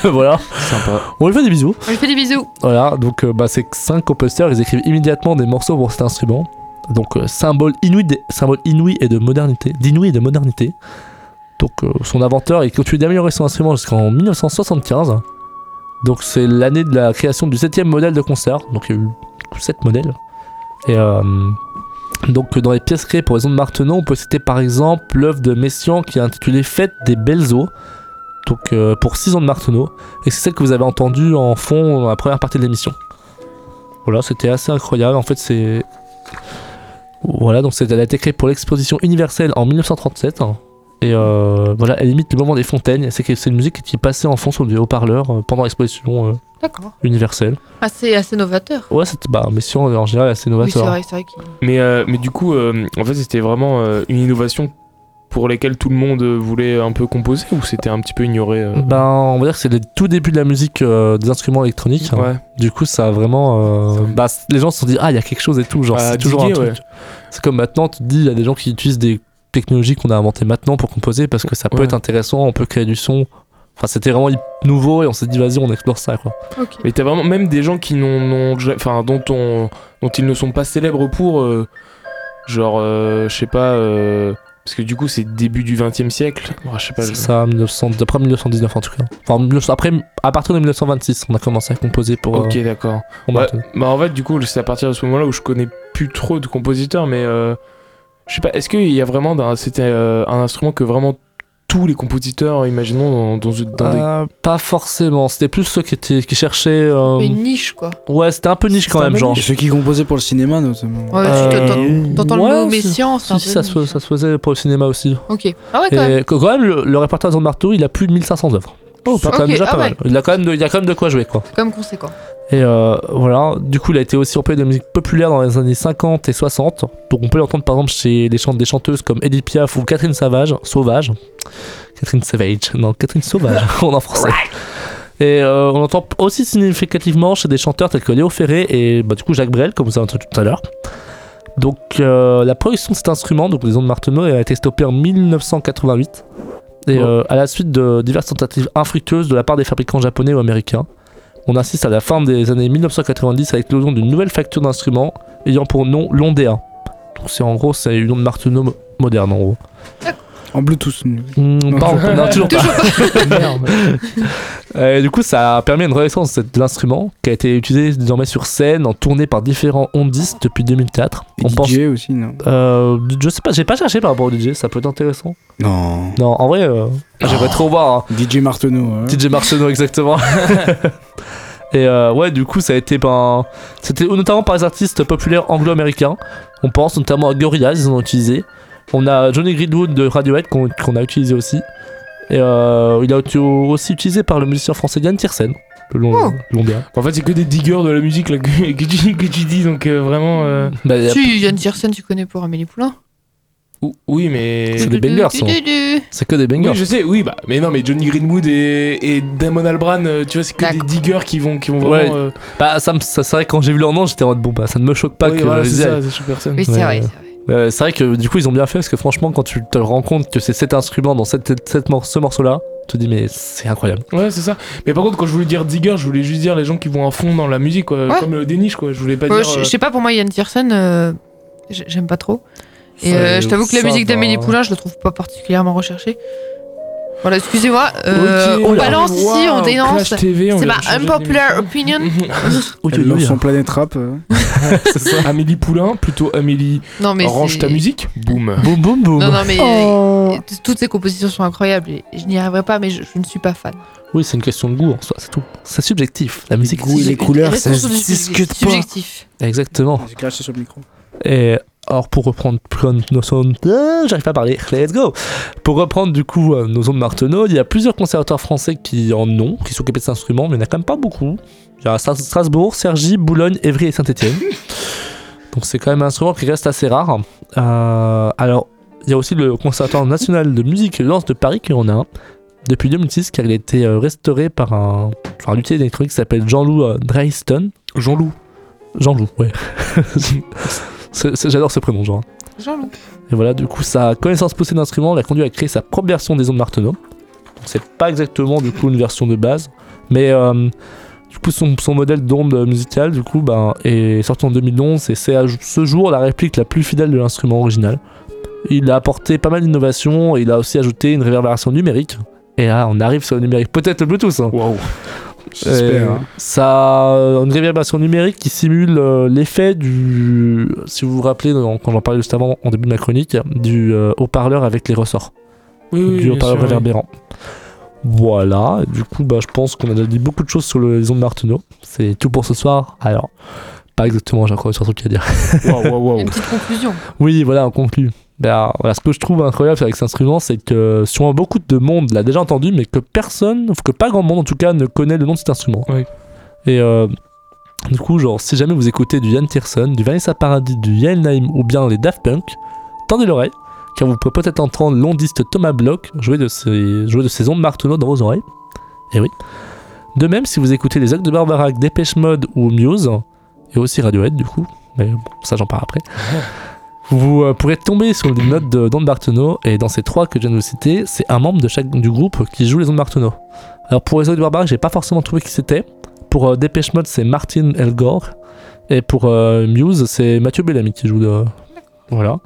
S4: voilà,
S6: sympa.
S4: on lui fait des bisous.
S3: On lui fait des bisous.
S4: Voilà, donc euh, bah, ces cinq compositeurs, ils écrivent immédiatement des morceaux pour cet instrument. Donc, euh, symbole, inouï des- symbole inouï et de modernité. D'inouï et de modernité. Donc, euh, son inventeur, il continue d'améliorer son instrument jusqu'en 1975. Donc, c'est l'année de la création du septième modèle de concert. Donc, il y a eu sept modèles. Et euh, donc, dans les pièces créées pour les ondes Martenon, on peut citer par exemple l'œuvre de Messiaen qui est intitulée Fête des belles eaux. Donc, euh, pour six ans de Marteneau et c'est celle que vous avez entendue en fond dans la première partie de l'émission. Voilà, c'était assez incroyable. En fait, c'est. Voilà, donc c'est- elle a été créée pour l'exposition universelle en 1937. hein. Et euh, voilà, elle imite le moment des fontaines. C'est que c'est une musique qui passait en fond sur des haut-parleurs euh, pendant l'exposition euh,
S3: D'accord.
S4: universelle.
S3: Assez, assez novateur.
S4: Ouais, c'est bah, mais si on est en général assez
S3: Oui, c'est
S4: novateur.
S3: vrai, c'est vrai qu'il-
S6: Mais, euh, mais du coup, euh, en fait, c'était vraiment euh, une innovation pour laquelle tout le monde euh, voulait un peu composer ou c'était un petit peu ignoré euh
S4: ben, on va dire que c'est le tout début de la musique euh, des instruments électroniques. hein.
S6: Ouais.
S4: Du coup, ça a vraiment. euh, bah, c- les gens se sont dit, ah, il y a quelque chose et tout. Genre,
S6: Ah,
S4: c'est toujours un
S6: diguer,
S4: truc. C'est comme maintenant, tu te dis, il y a des gens qui utilisent des technologies qu'on a inventées maintenant pour composer parce que ça peut
S6: Ouais.
S4: être intéressant, on peut créer du son. Enfin, c'était vraiment hip- nouveau et on s'est dit, vas-y, on explore ça, quoi.
S3: Ok.
S6: Mais t'as vraiment même des gens qui n'ont, n'ont ja- enfin dont on, dont ils ne sont pas célèbres pour, euh, genre, euh, je sais pas, euh, parce que du coup c'est début du 20 e siècle. Oh, je sais pas.
S4: C'est
S6: je-
S4: ça, 1900, après 1919 en tout cas. Enfin, 1900 après, à partir de 1926, on a commencé à composer pour. euh,
S6: Ok, d'accord.
S4: pour
S6: Ouais,
S4: Martin.
S6: Bah en fait du coup c'est à partir de ce moment-là où je connais plus trop de compositeurs, mais euh, je sais pas. Est-ce qu'il y a vraiment d'un- c'était euh, un instrument que vraiment tous les compositeurs, imaginons, dans, dans, dans des...
S4: Euh, Pas forcément, c'était plus ceux qui, étaient, qui cherchaient. euh,
S3: Une niche, quoi.
S4: Ouais, c'était un peu niche quand
S6: C'était un
S4: même,
S6: peu
S4: genre.
S5: Et ceux qui composaient pour le cinéma, notamment.
S3: Ouais,
S4: Euh,
S3: tu t'entends- T'entends
S4: ouais,
S3: le mot
S4: si-
S3: méfiant, c'est un
S4: Si, si, ça,
S3: peu
S4: se,
S3: niche.
S4: ça se faisait pour le cinéma aussi.
S3: Ok. Ah ouais, quand même.
S4: Et que- quand même, le, le répertoire de Zone Marteau, il a plus de 1500 œuvres.
S3: Oh,
S4: C'est quand
S3: ok,
S4: même déjà
S3: ah
S4: pas
S3: ouais.
S4: mal. Il a, quand même de, il a quand même de quoi jouer, quoi.
S3: C'est quand même conséquent.
S4: Et euh, voilà, du coup, il a été aussi repéré de musique populaire dans les années 50 et 60. Donc, on peut l'entendre par exemple chez des, chan- des chanteuses comme Edith Piaf ou Catherine Savage. Sauvage. Catherine Savage. Non, Catherine Sauvage. on en français. Et euh, on l'entend aussi significativement chez des chanteurs tels que Léo Ferré et bah, du coup Jacques Brel, comme vous avez entendu tout à l'heure. Donc, euh, la production de cet instrument, donc les ondes Marteneau, a été stoppée en 1988. Et
S6: Wow.
S4: euh, à la suite de diverses tentatives infructueuses de la part des fabricants japonais ou américains. On assiste à la fin des années 1990 à l'explosion d'une nouvelle facture d'instruments ayant pour nom l'Ondéa. Donc c'est en gros c'est une onde Martineau mo- moderne en gros.
S5: En Bluetooth.
S4: Hmm,
S5: Ah,
S4: pas en- non, toujours pas. Euh, du coup ça a permis une renaissance de cet- de l'instrument qui a été utilisé désormais sur scène en tournée par différents ondistes depuis 2004.
S5: Et
S4: On
S5: DJ
S4: pense
S5: aussi, non
S4: euh, je sais pas, j'ai pas cherché par rapport au DJ, ça peut être intéressant.
S5: Non.
S4: Non, en vrai euh, j'aimerais trop voir hein.
S5: DJ Marteneau. hein.
S4: DJ Marceneau, exactement. Et euh, ouais, du coup, ça a été ben, c'était notamment par les artistes populaires anglo-américains. On pense notamment à Gorillaz, ils en ont utilisé. On a Johnny Greenwood de Radiohead qu'on qu'on a utilisé aussi. Et euh, il a été aussi utilisé par le musicien français Yann Tiersen. Le long,
S3: Oh.
S4: le long bien.
S6: En fait, c'est que des diggers de la musique là, que, que tu, que tu dis, donc euh, vraiment... euh,
S4: Bah, y a-
S3: Si, Yann Tiersen, tu connais pour Amélie Poulain.
S6: ou- Oui, mais...
S4: C'est des bangers,
S3: Du-
S4: ça.
S3: du- du-
S4: c'est que des bangers.
S6: Oui, je sais, oui, bah, mais non, mais Johnny Greenwood et, et Damon Albarn, euh, tu vois, c'est que des
S3: D'accord.
S6: diggers qui vont, qui vont vraiment.
S4: Ouais,
S6: euh,
S4: Bah, ça, me- ça- c'est vrai que quand j'ai vu leur nom, j'étais en mode bon, bah, ça ne me choque pas
S6: ouais,
S4: que.
S6: voilà,
S4: les
S6: c'est
S4: aient.
S6: ça, c'est chaque personne.
S3: Oui, c'est
S4: Ouais.
S3: vrai, c'est vrai.
S4: Euh, c'est vrai que du coup ils ont bien fait parce que franchement quand tu te rends compte que c'est cet instrument dans cette, cette mor- ce morceau là, tu te dis mais c'est incroyable.
S6: Ouais, c'est ça. Mais par contre, quand je voulais dire digger, je voulais juste dire les gens qui vont à fond dans la musique, quoi,
S3: Ouais.
S6: comme euh, des niches, quoi. Je voulais pas
S3: Ouais,
S6: dire.
S3: je-
S6: euh,
S3: Je sais pas, pour moi, Yann Tiersen, euh, j'ai- j'aime pas trop. Et euh, je t'avoue que la musique d'Amélie Poulain, je la trouve pas particulièrement recherchée. Voilà, excusez-moi, euh,
S4: oh
S6: ok,
S3: on
S6: alors,
S3: balance ici,
S6: waouh,
S3: on dénonce.
S6: Clash TV, on
S3: C'est
S6: vient
S3: ma
S6: de changer
S3: unpopular
S6: d'émission.
S3: opinion.
S5: Elle lance
S4: hein.
S5: son planète rap. euh.
S6: C'est ça. Amélie Poulain, plutôt Amélie,
S3: Non, mais
S6: range
S3: c'est-
S6: ta musique, boum.
S4: Boum boum boum.
S3: Non, non, mais euh, t- toutes ces compositions sont incroyables. et Je n'y arriverai pas, mais je, je ne suis pas fan.
S4: Oui c'est une question de goût en soi, c'est tout. C'est subjectif. La musique.
S5: goûts et les couleurs, ça
S3: Restons sur
S5: se
S3: du
S5: discute pas.
S3: Subjectif.
S4: Exactement.
S5: J'ai craché sur le micro.
S4: Et alors pour reprendre comme nos ondes, Ah, j'arrive pas à parler. Let's go. Pour reprendre du coup euh, nos ondes Marteneau, il y a plusieurs conservateurs français qui en ont, qui s'occupaient de cet instrument, mais il n'y en a quand même pas beaucoup. Il y en a à Stra- Strasbourg, Cergy, Boulogne, Évry et Saint-Étienne. Donc c'est quand même un instrument qui reste assez rare. Euh, alors il y a aussi le Conservatoire national de musique et de danse de Paris qui en a un depuis 2006 car il a été euh, restauré par un, par un luthier électronique qui s'appelle Jean-Loup euh, Dryston. Jean-Loup. Jean-Loup, ouais. C'est- c'est- J'adore ce prénom, genre.
S3: Jean-Loup.
S4: Et voilà, du coup, sa connaissance poussée d'instruments l'a conduit à créer sa propre version des ondes Marteneau. Donc, c'est pas exactement, du coup, une version de base, mais euh, du coup, son, son modèle d'onde musicale, du coup, ben, est sorti en 2011 et c'est à ce jour la réplique la plus fidèle de l'instrument original. Il a apporté pas mal d'innovations et il a aussi ajouté une réverbération numérique. Et là, on arrive sur le numérique, peut-être le Bluetooth. hein.
S6: Waouh.
S5: J'espère.
S4: Euh,
S5: hein.
S4: Ça euh, a une réverbération numérique qui simule euh, l'effet du. Si vous vous rappelez, dans- quand j'en parlais juste avant, en début de ma chronique, du euh, haut-parleur avec les ressorts,
S6: Oui, oui,
S4: du
S6: bien sûr,
S4: haut-parleur
S6: oui.
S4: réverbérant. Voilà, du coup, bah, je pense qu'on a déjà dit beaucoup de choses sur le- les ondes Martineau. C'est tout pour ce soir. Alors, pas exactement, j'ai encore sur truc à dire.
S6: Waouh, waouh, waouh.
S3: Une petite conclusion.
S4: Oui, voilà, on conclut. Ben, voilà, ce que je trouve incroyable avec cet instrument, c'est que sûrement beaucoup de monde l'a déjà entendu, mais que personne, que pas grand monde en tout cas, ne connaît le nom de cet instrument.
S6: Oui.
S4: Et euh, du coup, genre, si jamais vous écoutez du Yann Tiersen, du Vanessa Paradis, du Yael Naïm ou bien les Daft Punk, tendez l'oreille, car vous pourrez peut-être entendre l'ondiste Thomas Bloch jouer de ses, jouer de ses ondes marteneaux dans vos oreilles. Et oui. De même, si vous écoutez les Ogues de Barbarac, Dépêche Mode ou Muse, et aussi Radiohead du coup, mais bon, ça j'en parle après. Vous euh, pourrez tomber sur les notes de d'ondes Bartono, et dans ces trois que je viens de vous citer, c'est un membre de chaque du groupe qui joue les ondes Bartono. Alors pour les autres barbares, j'ai pas forcément trouvé qui c'était. Pour euh, Dépêche Mode, c'est Martin Elgore, et pour euh, Muse, c'est Mathieu Bellamy qui joue. De... Voilà.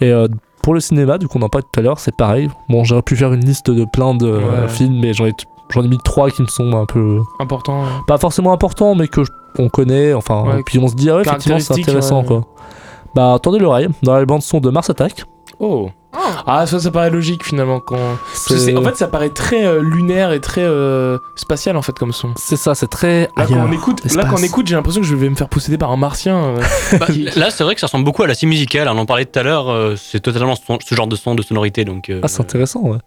S4: Et euh, pour le cinéma, du coup, on en parlait tout à l'heure, c'est pareil. Bon, j'aurais pu faire une liste de plein de euh,
S6: Ouais.
S4: films, mais j'en ai, t- j'en ai mis trois qui me sont un peu
S6: Important. euh.
S4: pas forcément important, mais que je- on connaît, enfin,
S6: Ouais,
S4: puis on se dit, ah ouais, effectivement, c'est
S6: caractéristique,
S4: intéressant,
S6: ouais.
S4: quoi. Bah, tendez l'oreille, dans la bande son de Mars Attack,
S6: Oh. Ah, ça, ça paraît logique finalement. Quand... parce que c'est- En fait, ça paraît très euh, lunaire et très euh, spatial en fait comme son.
S4: C'est ça, c'est très.
S6: Là, quand on
S4: ailleurs,
S6: écoute, là,
S4: espace.
S6: quand on écoute, j'ai l'impression que je vais me faire posséder par un martien. euh.
S7: Bah, là, c'est vrai que ça ressemble beaucoup à la scie musicale. hein, On en parlait tout à l'heure. euh, C'est totalement son- ce genre de son, de sonorité. Donc, euh,
S4: Ah, c'est intéressant, ouais.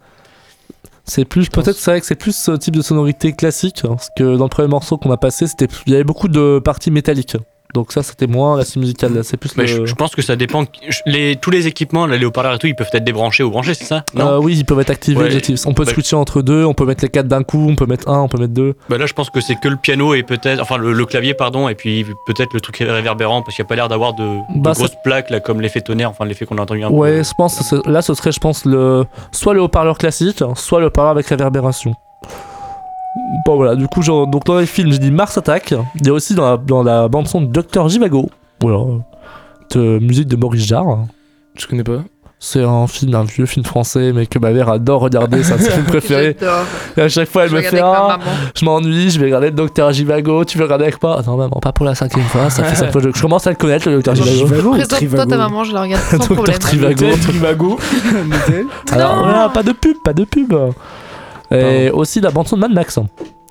S4: C'est plus, peut-être, c'est vrai que c'est plus ce type de sonorité classique, hein, parce que dans le premier morceau qu'on a passé, c'était, il y avait beaucoup de parties métalliques. Donc ça, c'était moins la scie musicale, là, c'est plus
S7: mais
S4: le...
S7: je, je pense que ça dépend. je- Les, tous les équipements, les haut-parleurs et tout, ils peuvent être débranchés ou branchés, c'est ça Non
S4: Euh, oui, ils peuvent être activés,
S7: Ouais.
S4: les actifs. On peut
S7: Bah-
S4: switcher entre deux, on peut mettre les quatre d'un coup, on peut mettre un, on peut mettre deux.
S7: Bah là, je pense que c'est que le piano et peut-être, enfin le, le clavier, pardon, et puis peut-être le truc réverbérant, parce qu'il n'y a pas l'air d'avoir de, de
S4: Bah,
S7: grosses plaques là, comme l'effet tonnerre, enfin l'effet qu'on a entendu un
S4: Ouais, je pense, que ce- là, ce serait, je pense, le, soit le haut-parleur classique, hein, soit le haut-parleur avec réverbération. Bon, voilà, du coup, genre, donc dans les films, j'ai dit Mars Attack. Il y a aussi dans la, dans la bande-son de Dr. Jivago. Voilà, euh, de musique de Maurice Jarre. hein.
S6: Je connais pas.
S4: C'est un film, un vieux film français, mais que ma mère adore regarder, c'est un de ses films préférés.
S3: J'adore.
S4: Et à chaque fois, elle
S3: Je
S4: me
S3: regardais
S4: fait
S3: avec ma
S4: Ah,
S3: maman.
S4: je m'ennuie, je vais regarder le docteur Jivago, tu veux regarder avec moi Ah Non, maman, pas pour la cinquième fois, ça fait cinq fois que je commence à le connaître, le docteur Jivago.
S5: Trivago ou
S3: Présente-toi ta
S5: Trivago
S3: maman, je la regarde sans problème.
S4: Oh, Docteur Trivago.
S6: Trivago.
S5: Motel
S4: Alors,
S3: Non.
S4: voilà, pas de pub, pas de pub. Et aussi la bande-son de Mad Max. hein.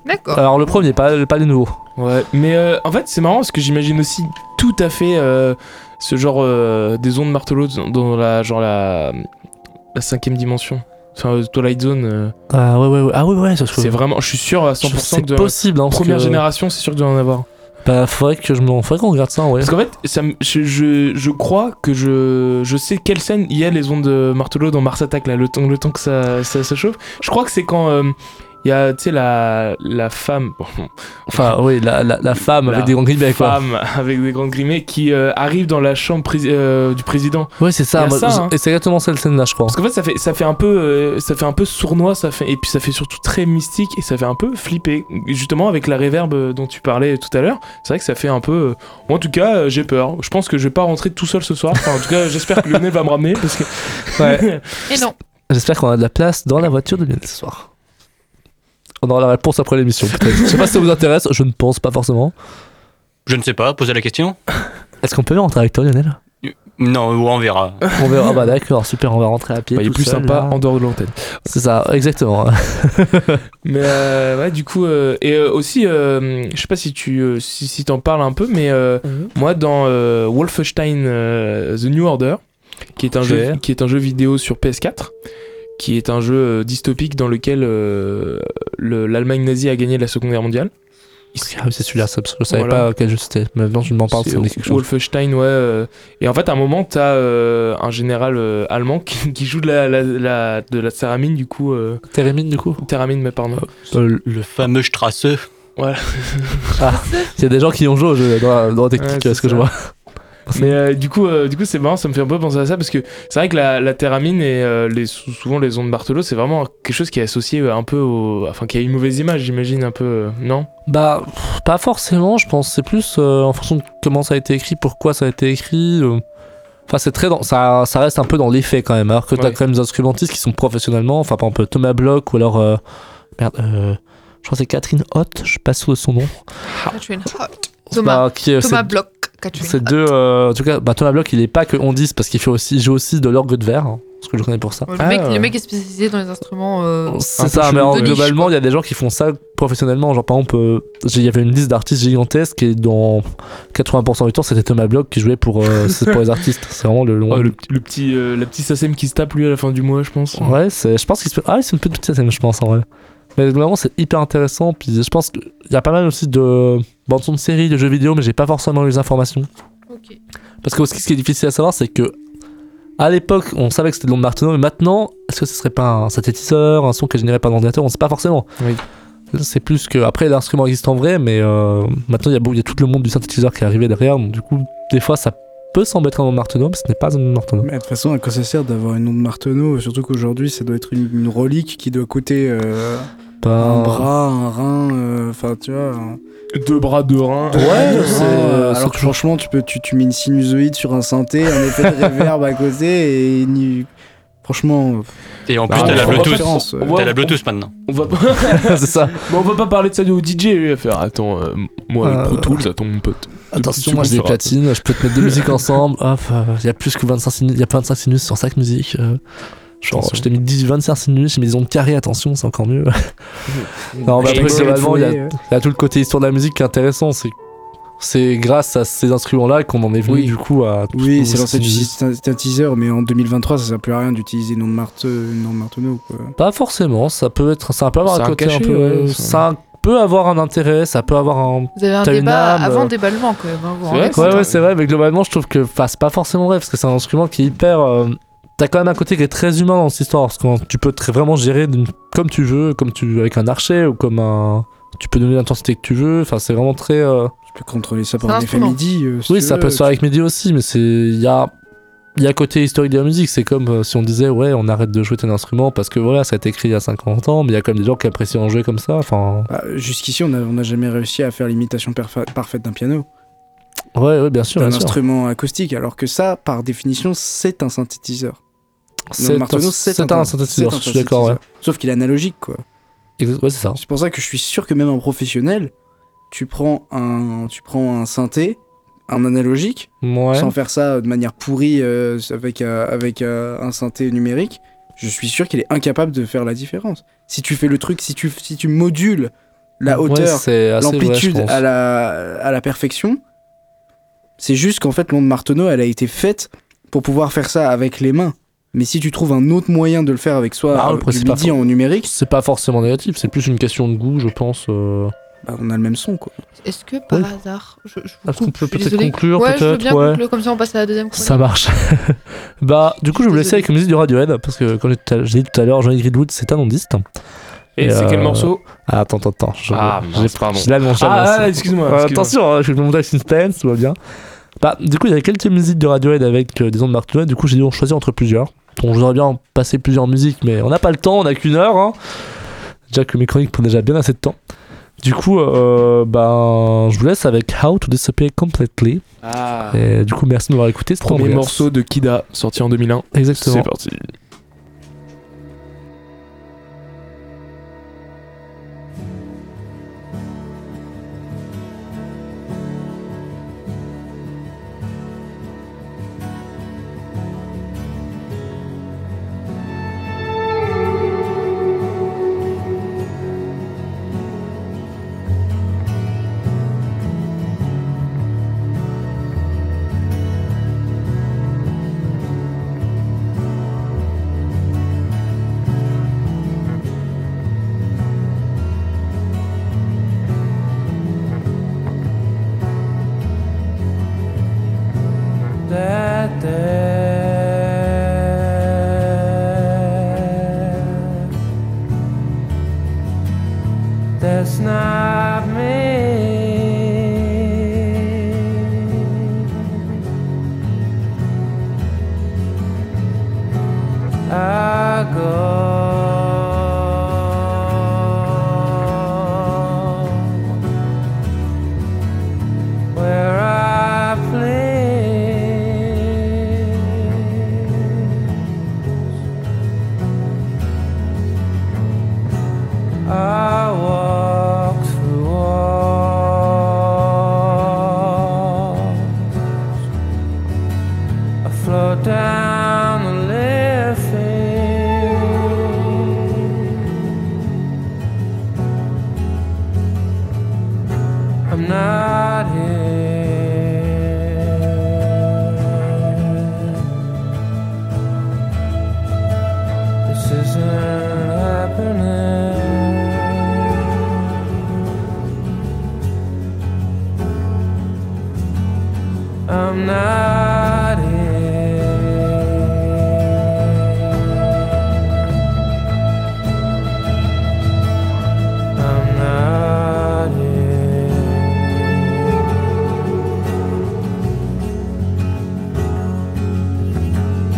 S3: D'accord.
S4: Alors, le premier, pas, pas les nouveaux.
S6: Ouais. Mais euh, en fait, c'est marrant parce que j'imagine aussi tout à fait euh, ce genre euh, des ondes martelotes dans- dans la genre la, la cinquième dimension. Enfin, euh, Twilight Zone. euh,
S4: Ah, ouais, ouais, ouais. Ah, ouais, ouais, ça se
S6: c'est vraiment. Je suis sûr à 100%
S4: C'est
S6: que de la
S4: possible, hein, parce
S6: première
S4: que-
S6: génération, c'est sûr que doit en avoir.
S4: Bah, faudrait que je m'en. Faudrait qu'on regarde ça, ouais.
S6: Parce qu'en fait, ça me- je, je, je crois que je, je sais quelle scène il y a les ondes martelot dans Mars Attack, là, le temps, le temps que ça, ça, ça chauffe. Je crois que c'est quand euh, il y a, tu sais, la, la femme, bon,
S4: Enfin, oui, la, la, la femme
S6: La
S4: avec des grandes griffes, quoi.
S6: femme avec des grandes grimées qui euh, arrive dans la chambre prési- euh, du président.
S4: Ouais, c'est
S6: Il y
S4: ça.
S6: a
S4: moi,
S6: ça,
S4: je-
S6: hein.
S4: Et c'est exactement cette scène-là, je crois.
S6: Parce qu'en fait, ça fait, ça fait un peu, euh, ça fait un peu sournois, ça fait, et puis ça fait surtout très mystique et ça fait un peu flipper. Justement, avec la réverb euh, dont tu parlais tout à l'heure, c'est vrai que ça fait un peu. euh, Moi, en tout cas, euh, j'ai peur. Je pense que je vais pas rentrer tout seul ce soir. Enfin, en tout cas, j'espère que Lionel va me ramener parce que.
S3: Et non.
S4: J'espère qu'on a de la place dans la voiture de Lionel ce soir. On aura la réponse après l'émission, peut-être. je sais pas si ça vous intéresse, je ne pense pas forcément.
S7: Je ne sais pas, poser la question
S4: Est-ce qu'on peut rentrer avec toi, Lionel
S7: Non, ou on verra.
S4: On verra, ah bah d'accord, super, on va rentrer à pied.
S6: Bah, il est
S4: tout
S6: plus
S4: seul,
S6: sympa
S4: là.
S6: en dehors de l'antenne.
S4: C'est ça, exactement.
S6: Mais euh, ouais, du coup, euh, et euh, aussi, euh, je sais pas si tu euh, si, si t'en parles un peu, mais euh, moi dans euh, Wolfenstein euh, The New Order, qui est un jeu
S4: Ouais.
S6: qui est un jeu vidéo sur PS4, qui est un jeu euh, dystopique dans lequel euh, le- l'Allemagne nazie a gagné la Seconde Guerre mondiale.
S4: Ah oui, c'est celui-là, ça, parce que je savais
S6: Voilà.
S4: pas quel jeu c'était. Mais Maintenant, je m'en parle,
S6: C'est
S4: ça me dit quelque chose.
S6: Wolfenstein, ouais. euh, Et en fait, à un moment, t'as euh, un général euh, allemand qui, qui joue de la, la- la- de la théramine, du coup. euh,
S4: Térémine, du coup
S6: théramine, mais pardon.
S4: Euh,
S7: Le fameux Strasseux.
S4: Il y a des gens qui ont joué au jeu euh, dans la, dans la technique,
S6: Ouais,
S4: ce que
S6: c'est
S4: je vois.
S6: Mais euh, du coup, euh, du coup, c'est marrant, ça me fait un peu penser à ça parce que c'est vrai que la, la théramine et euh, les, sou- souvent les ondes Bartolo, c'est vraiment quelque chose qui est associé euh, un peu au. Enfin, qui a une mauvaise image, j'imagine, un peu. euh, non
S4: Bah, pff, pas forcément, je pense. C'est plus euh, en fonction de comment ça a été écrit, pourquoi ça a été écrit. euh. Enfin, c'est très dans- ça, ça reste un peu dans les faits quand même. Alors que t'as
S6: Ouais.
S4: quand même des instrumentistes qui sont professionnellement, enfin, par exemple Thomas Bloch ou alors. euh, Merde, euh, je crois que c'est Catherine Hott, je passe sous son nom.
S3: Catherine Hot. Thomas.
S4: Bah, qui, euh,
S3: Thomas
S4: c'est-
S3: Bloch. Catherine
S4: C'est
S3: Hot.
S4: deux. euh, en tout cas, bah, Thomas Bloch, il est pas que on dise parce qu'il fait aussi, il joue aussi de l'orgue de verre, hein, parce que je le connais pour ça.
S3: Le, mec,
S6: Ah.
S3: le mec est spécialisé dans les instruments. euh,
S4: C'est
S6: peu
S4: ça,
S6: chelou.
S4: mais alors,
S3: De niche,
S4: globalement, il y a des gens qui font ça professionnellement. Genre, par exemple, euh, j'ai- il y avait une liste d'artistes gigantesques et dans 80% du temps, c'était Thomas Bloch qui jouait pour, euh, c'est pour les artistes. C'est vraiment le long.
S6: Oh, le, petit- le petit, euh, la petite SACEM qui se tape lui à la fin du mois, je pense.
S4: Ouais, c'est- je pense qu'il se peut. Ah, c'est une petite petite scène, je pense, en vrai. Mais globalement, c'est hyper intéressant. Puis je pense qu'il y a pas mal aussi de bandes-sons de séries, de jeux vidéo, mais j'ai pas forcément les informations.
S3: ok.
S4: Parce que aussi, ce qui est difficile à savoir, c'est que à l'époque, on savait que c'était de l'onde Martineau, mais maintenant, est-ce que ce serait pas un synthétiseur, un son qui est généré par un ordinateur On ne sait pas forcément.
S6: Oui.
S4: C'est plus que. Après, l'instrument existe en vrai, mais euh, maintenant, il y, a beau- il y a tout le monde du synthétiseur qui est arrivé derrière. Donc, du coup, des fois, ça peut sembler être un onde Martineau, mais ce n'est pas un onde Martineau.
S5: Mais de toute façon, à quoi ça sert d'avoir une onde Marteneau Surtout qu'aujourd'hui, ça doit être une, une relique qui doit coûter euh, un
S4: Ben,
S5: bras, un rein, euh, enfin tu vois. un-
S6: Deux bras, deux reins.
S5: un
S4: Ouais,
S5: rein,
S4: c'est.
S5: euh,
S4: c'est
S5: alors que
S4: toujours-
S5: franchement, tu, peux, tu, tu mets une sinusoïde sur un synthé, un effet de réverb à côté et. ni- Franchement,
S7: Et en
S6: Bah,
S7: plus, t'as
S6: on
S7: la
S6: va pas
S7: Bluetooth.
S6: faire-
S5: référence,
S6: on
S5: ouais.
S6: va-
S7: T'as la Bluetooth maintenant.
S6: On va, pas-
S4: c'est ça.
S6: bon, on va pas parler de ça au DJ, lui, à faire. Attends, euh, moi,
S4: Euh,
S6: le Pro Tools, attends, mon pote.
S4: Attention,
S6: tu
S4: moi j'ai des
S6: comprends,
S4: platines, je peux te mettre deux musiques ensemble. Hop, euh, il y a plus que 25 sinus, il y a 25 sinus sur 5 musiques. euh, genre,
S6: Attention.
S4: je t'ai mis 10, 25 sinus, j'ai mis des ondes carrées, attention, c'est encore mieux. non, mais
S6: Et
S4: Bah, après,
S6: bon,
S4: globalement, il y, a-
S5: ouais.
S4: il y a tout le côté histoire de la musique qui est intéressant. C'est, c'est grâce à ces instruments-là qu'on en est venu
S5: Oui.
S4: du coup à. tout
S5: Oui,
S4: ce
S5: c'est lancé du
S4: synthé-
S5: synthétiseur, mais en 2023, ça sert plus à rien d'utiliser nom de Marte- nom de marteneau. Quoi.
S4: Pas forcément, ça peut être, ça peut avoir
S6: Ça
S4: un
S6: a un
S4: côté un
S6: cachet,
S4: peu. euh,
S6: ouais, ça-
S4: ça peut avoir un intérêt, ça peut avoir un.
S3: Vous avez un
S4: T'as une
S3: débat
S4: âme,
S3: avant
S4: euh.
S3: déballement quand même. hein, vous vous rendez
S6: vrai,
S4: Ouais,
S3: compte,
S4: ouais,
S3: hein.
S4: c'est vrai, mais globalement, je trouve que enfin, c'est pas forcément vrai parce que c'est un instrument qui est hyper. euh, T'as quand même un côté qui est très humain dans cette histoire parce que tu peux très vraiment gérer d'une- comme tu veux, comme tu avec un archer ou comme un. Tu peux donner l'intensité que tu veux, enfin, c'est vraiment très. euh,
S5: Tu peux contrôler ça
S3: C'est
S5: par
S3: un
S5: un effet
S3: instrument.
S5: midi. euh, si
S4: Oui,
S5: tu
S4: ça
S5: veux.
S4: peut se faire avec MIDI aussi, mais c'est. Il y a. Il y a côté historique de la musique, c'est comme euh, si on disait ouais on arrête de jouer tel instrument parce que voilà ça a été écrit il y a 50 ans, mais il y a quand même des gens qui apprécient en jouer comme ça, enfin
S5: Bah, Jusqu'ici, on n'a on n'a jamais réussi à faire l'imitation parfa- parfaite d'un piano,
S4: ouais ouais bien sûr,
S5: Bah, d'un
S4: bien sûr.
S5: instrument acoustique, alors que ça, par définition, c'est un synthétiseur. Nom de
S4: c'est
S5: marteneau,
S4: un, c'est un synthétiseur,
S5: c'est un
S4: je suis d'accord ouais,
S5: synthétiseur. Sauf qu'il est analogique, quoi.
S4: Exa- ouais c'est ça.
S5: C'est pour ça que je suis sûr que même en professionnel, tu prends un, tu prends un synthé, un analogique,
S4: Ouais.
S5: sans faire ça de manière pourrie euh, avec, euh, avec euh, un synthé numérique, je suis sûr qu'il est incapable de faire la différence. Si tu fais le truc, si tu, si tu modules la
S4: Ouais,
S5: hauteur,
S4: c'est assez vrai, je
S5: l'amplitude
S4: pense.
S5: à, la, à la perfection, c'est juste qu'en fait, l'onde marteneau, elle a été faite pour pouvoir faire ça avec les mains. Mais si tu trouves un autre moyen de le faire avec soit
S4: Bah,
S5: euh,
S4: après,
S5: du
S4: c'est pas
S5: midi
S4: faux.
S5: en numérique,
S4: C'est pas forcément négatif, c'est plus une question de goût, je pense. euh.
S5: bah, on a le même son, quoi.
S3: Est-ce que par
S4: Oui.
S3: hasard, je, je vous
S4: Ah, Est-ce qu'on
S3: coupe,
S4: peut
S3: je suis
S4: peut-être
S3: désolée.
S4: conclure,
S3: Ouais, je veux
S4: peut-être,
S3: bien
S4: ouais.
S3: conclure, comme ça on passe à la deuxième. chronique.
S4: Ça marche. bah, du coup, je vais vous laisser
S3: Désolé.
S4: avec une musique du Radiohead, parce que comme j'ai tout à- j'ai dit tout à l'heure, Johnny Greenwood, c'est un ondiste.
S6: Et c'est
S4: euh,
S6: quel morceau
S4: Ah, attends, attends, attends. je-
S6: Ah,
S4: j'ai-
S6: mince, pardon.
S4: j'ai là mon chat,
S6: Ah,
S4: mince.
S6: ah, excuse-moi,
S4: Euh,
S6: excuse-moi.
S4: attention, hein, je vais monter avec suspense, tout va bien. Bah, du coup, il y avait quelques musiques de Radiohead avec euh, des ondes Mark Twain, Du coup, j'ai dit on choisit entre plusieurs. Bon, j'aurais bien passé plusieurs musiques, mais on n'a pas le temps, on n'a qu'une heure. hein. Déjà que mes chroniques prennent déjà bien assez de temps. Du coup, euh, ben, je vous laisse avec How to Disappear Completely.
S6: Ah.
S4: Et du coup, merci de m'avoir écouté. c'était
S6: Premier
S4: Andreas.
S6: morceau de Kida, sorti en 2001.
S4: Exactement.
S6: C'est parti.
S10: That's not me. I go where I please. I walk through walls. I float down the living. I'm not here. This isn't happening. I'm not here. I'm not here.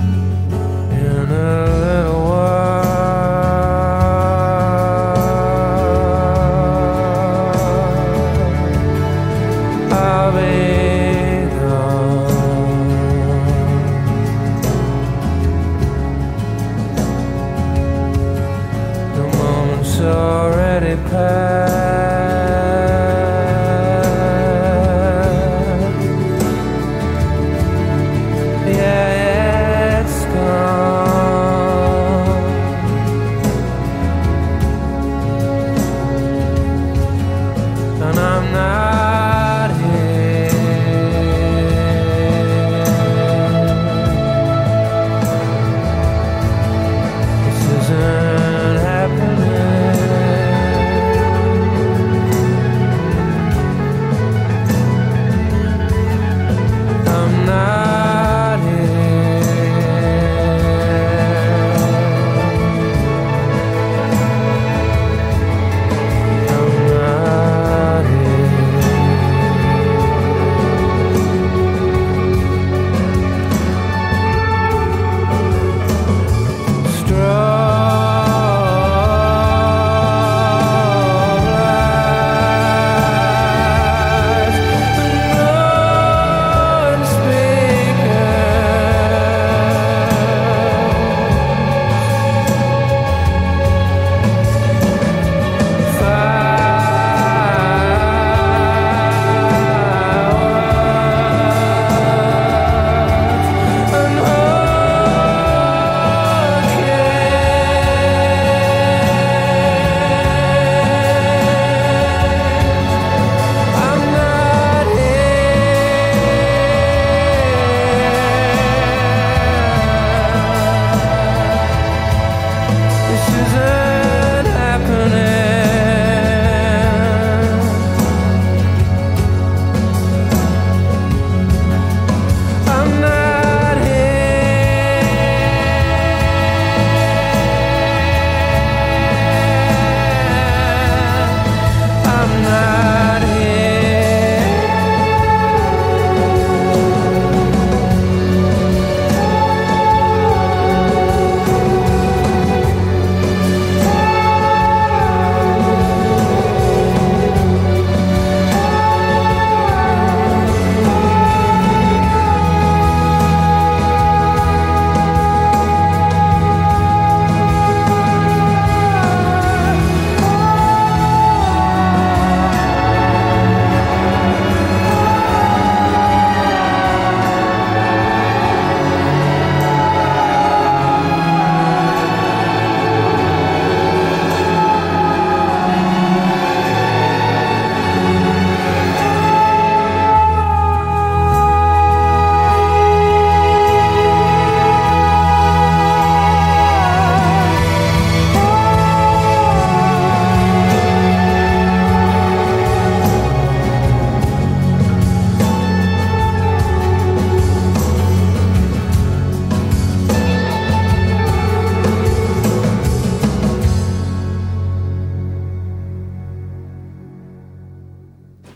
S10: In a little while, I'll be gone.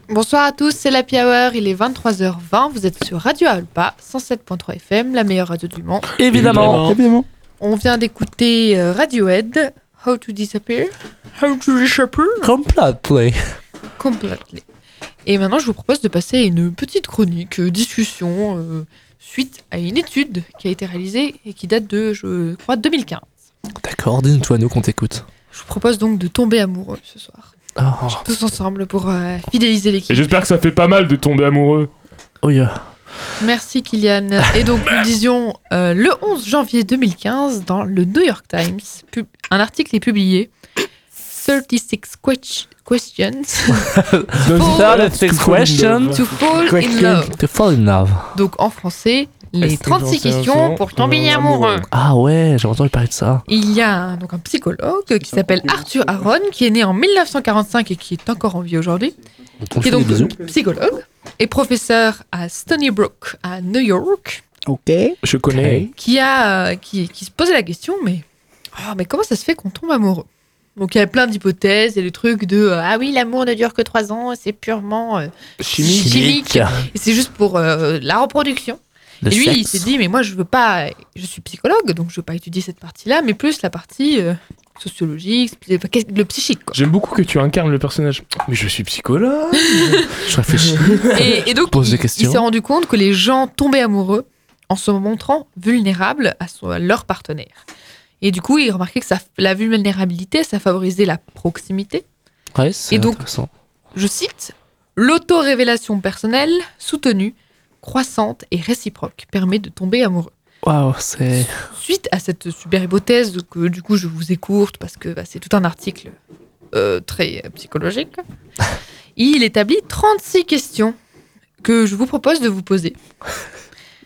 S3: Bonsoir à tous, c'est la Hour, il est 23h20, vous êtes sur Radio Alpa, 107.3 FM, la meilleure radio du monde.
S4: Évidemment.
S5: Évidemment.
S3: On vient d'écouter euh, Radiohead, How to Disappear, How to Disappear,
S4: Completely.
S3: completely. Et maintenant, je vous propose de passer à une petite chronique, euh, discussion, euh, suite à une étude qui a été réalisée et qui date de, je crois, 2015.
S4: D'accord, dis-nous à nous qu'on t'écoute.
S3: Je vous propose donc de tomber amoureux ce soir,
S4: Oh,
S3: tous ensemble pour euh, fidéliser
S6: Et
S3: l'équipe.
S6: j'espère que ça fait pas mal de tomber amoureux.
S4: oui. euh,
S3: Merci Kylian. Et donc nous disions euh, le 11 janvier 2015 dans le New York Times, pub- un article est publié 36 que- questions
S4: These are the six questions
S3: to fall in love.
S4: to fall in love.
S3: Donc en français, les
S6: Est-ce que
S3: 36
S6: j'en sais
S3: questions
S6: un
S3: pour tomber
S6: Euh,
S3: amoureux.
S6: amoureux.
S4: Ah ouais, j'ai entendu parler de ça.
S3: Il y a un- donc un psychologue qui s'appelle Arthur Aaron qui est né en 1945 et qui est encore en vie aujourd'hui,
S4: On
S3: qui est
S4: fait
S3: donc
S4: des bisous.
S3: psychologue et professeur à Stony Brook à New York.
S5: Ok.
S6: Je connais.
S3: qui a euh, qui, qui se posait la question mais oh, mais comment ça se fait qu'on tombe amoureux donc il y avait plein d'hypothèses et le truc de euh, ah oui l'amour ne dure que trois ans c'est purement euh,
S6: Chimie.
S3: chimique et c'est juste pour euh, la reproduction
S4: Le
S3: et lui il
S4: sexe.
S3: s'est dit mais moi je veux pas je suis psychologue donc je veux pas étudier cette partie là mais plus la partie euh, sociologique enfin, qu'est- le psychique quoi.
S6: J'aime beaucoup que tu incarnes le personnage. Mais je suis psychologue.
S4: Je réfléchis.
S3: et, et donc
S4: Pose des
S3: il,
S4: questions.
S3: il s'est rendu compte que les gens tombaient amoureux en se montrant vulnérables à, son- à leur partenaire et du coup il remarquait que ça, la vulnérabilité ça favorisait la proximité
S4: Ouais, c'est
S3: Et donc-
S4: intéressant.
S3: je cite, l'auto-révélation personnelle, soutenue, croissante et réciproque, permet de tomber amoureux.
S4: Waouh, c'est.
S3: Suite à cette super hypothèse que du coup je vous écourte parce que bah, c'est tout un article euh, très euh, psychologique, il établit 36 questions que je vous propose de vous poser,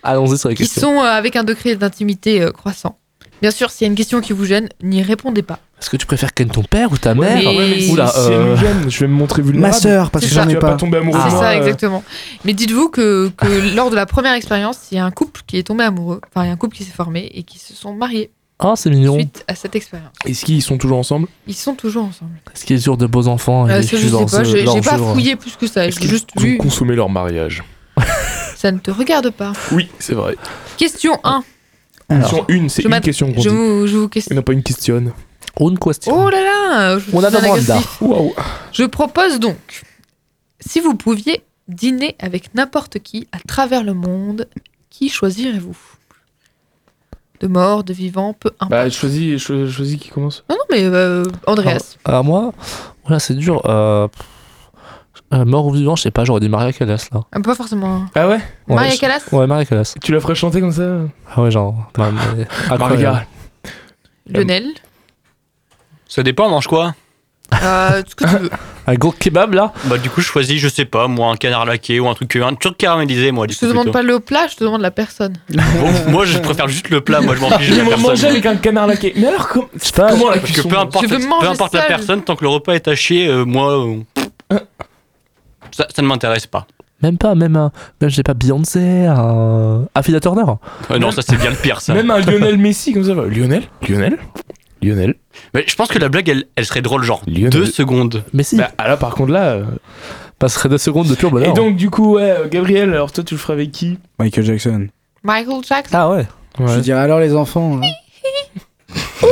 S4: Allons-y sur les
S3: qui
S4: questions.
S3: sont euh, avec un degré d'intimité euh, croissant. Bien sûr, s'il y a une question qui vous gêne, n'y répondez pas.
S4: Est-ce que tu préfères ken ton père ou ta mère
S3: mais- Et-
S4: Oula,
S6: si elle
S4: euh,
S6: me gêne, je vais me montrer vulnérable.
S5: Ma sœur, parce
S3: C'est
S5: que
S3: ça.
S5: j'en
S6: Tu
S5: ai
S6: vas pas
S5: pas.
S6: tomber amoureux.
S4: Ah.
S3: C'est
S6: moi,
S3: ça,
S6: euh,
S3: exactement. Mais dites-vous que, que lors de la première expérience, il y a un couple qui est tombé amoureux, enfin, il y a un couple qui s'est formé et qui se sont mariés
S4: Oh, c'est mignon.
S3: suite à cette expérience.
S6: Est-ce qu'ils sont toujours ensemble
S3: Ils sont toujours ensemble.
S4: Est-ce qu'ils eurent de beaux enfants et
S3: Euh,
S4: des
S3: ça, je
S4: filles
S3: sais
S4: Oh, dans ce-
S3: pas, j'ai
S4: dans
S3: j'ai pas
S4: ce-
S3: fouillé plus que ça,
S6: Est-ce
S3: j'ai
S6: qu'ils
S3: juste
S6: ont
S3: vu,
S6: consommé leur mariage
S3: ça ne te regarde pas.
S6: Oui, c'est vrai.
S3: Question 1.
S6: Question une, c'est
S3: Ah. Je
S6: une
S3: m'att-
S6: question qu'on
S3: Je
S6: dit.
S3: vous, je vous
S6: Il
S3: questionne.
S6: n'y en a pas une question.
S4: Une question.
S3: Oh là là je vous
S4: On a
S3: donne un
S4: demandé.
S3: exercice.
S6: Waouh.
S3: Je propose donc, si vous pouviez dîner avec n'importe qui à travers le monde, qui choisirez-vous De mort, de vivant, peu importe.
S6: Bah, je choisis, je je choisis qui commence.
S3: Non, non, mais euh, Andreas.
S4: Alors Ah, moi, voilà, c'est dur. euh, pff, euh, mort ou vivant, je sais pas, j'aurais dit Maria Callas là.
S3: Ah, Pas forcément.
S6: Ah ouais
S4: Ouais,
S3: Maria
S4: je-
S3: Callas
S4: Ouais, Maria Callas.
S6: Tu la ferais chanter comme ça
S4: Ah ouais, genre. ma- ma- incroyable.
S6: Maria.
S3: Lionel
S7: Ça dépend, mange quoi
S3: euh, Ce que tu veux.
S4: Un gros kebab là
S7: Bah, du coup, je choisis, je sais pas, moi, un canard laqué ou un truc, un truc caramélisé, moi, du
S3: Je te
S7: coup.
S3: demande
S7: plutôt.
S3: pas le plat, je te demande la personne.
S7: Bon, moi, je préfère juste le plat, moi, je m'en fiche de
S6: Ils
S7: la
S6: m'ont mangé
S7: personne.
S6: avec un canard laqué. Mais alors, com-
S4: Ah, Je sais pas.
S6: comment la
S7: Parce que
S6: cuisson
S7: peu importe,
S3: Je veux manger
S7: peu importe la
S3: seul.
S7: personne, tant que le repas est à chier, euh, moi. euh, ça, ça ne m'intéresse pas.
S4: Même pas, même, un- même je sais pas, Beyoncé, un. Afida Turner.
S7: Euh, non, ça, c'est bien le pire, ça.
S6: Même un Lionel Messi comme ça. va. Lionel Lionel Lionel
S7: Mais je pense que la blague, elle, elle serait drôle, genre
S6: Lionel.
S7: deux secondes.
S4: Mais si,
S6: Bah ah là par contre là. euh,
S4: passerait deux secondes de pur bonheur.
S6: Et donc du coup ouais euh, Gabriel alors toi tu le ferais avec qui
S5: Michael Jackson.
S3: Michael Jackson
S4: Ah ouais.
S5: Je dirais alors les enfants. hein.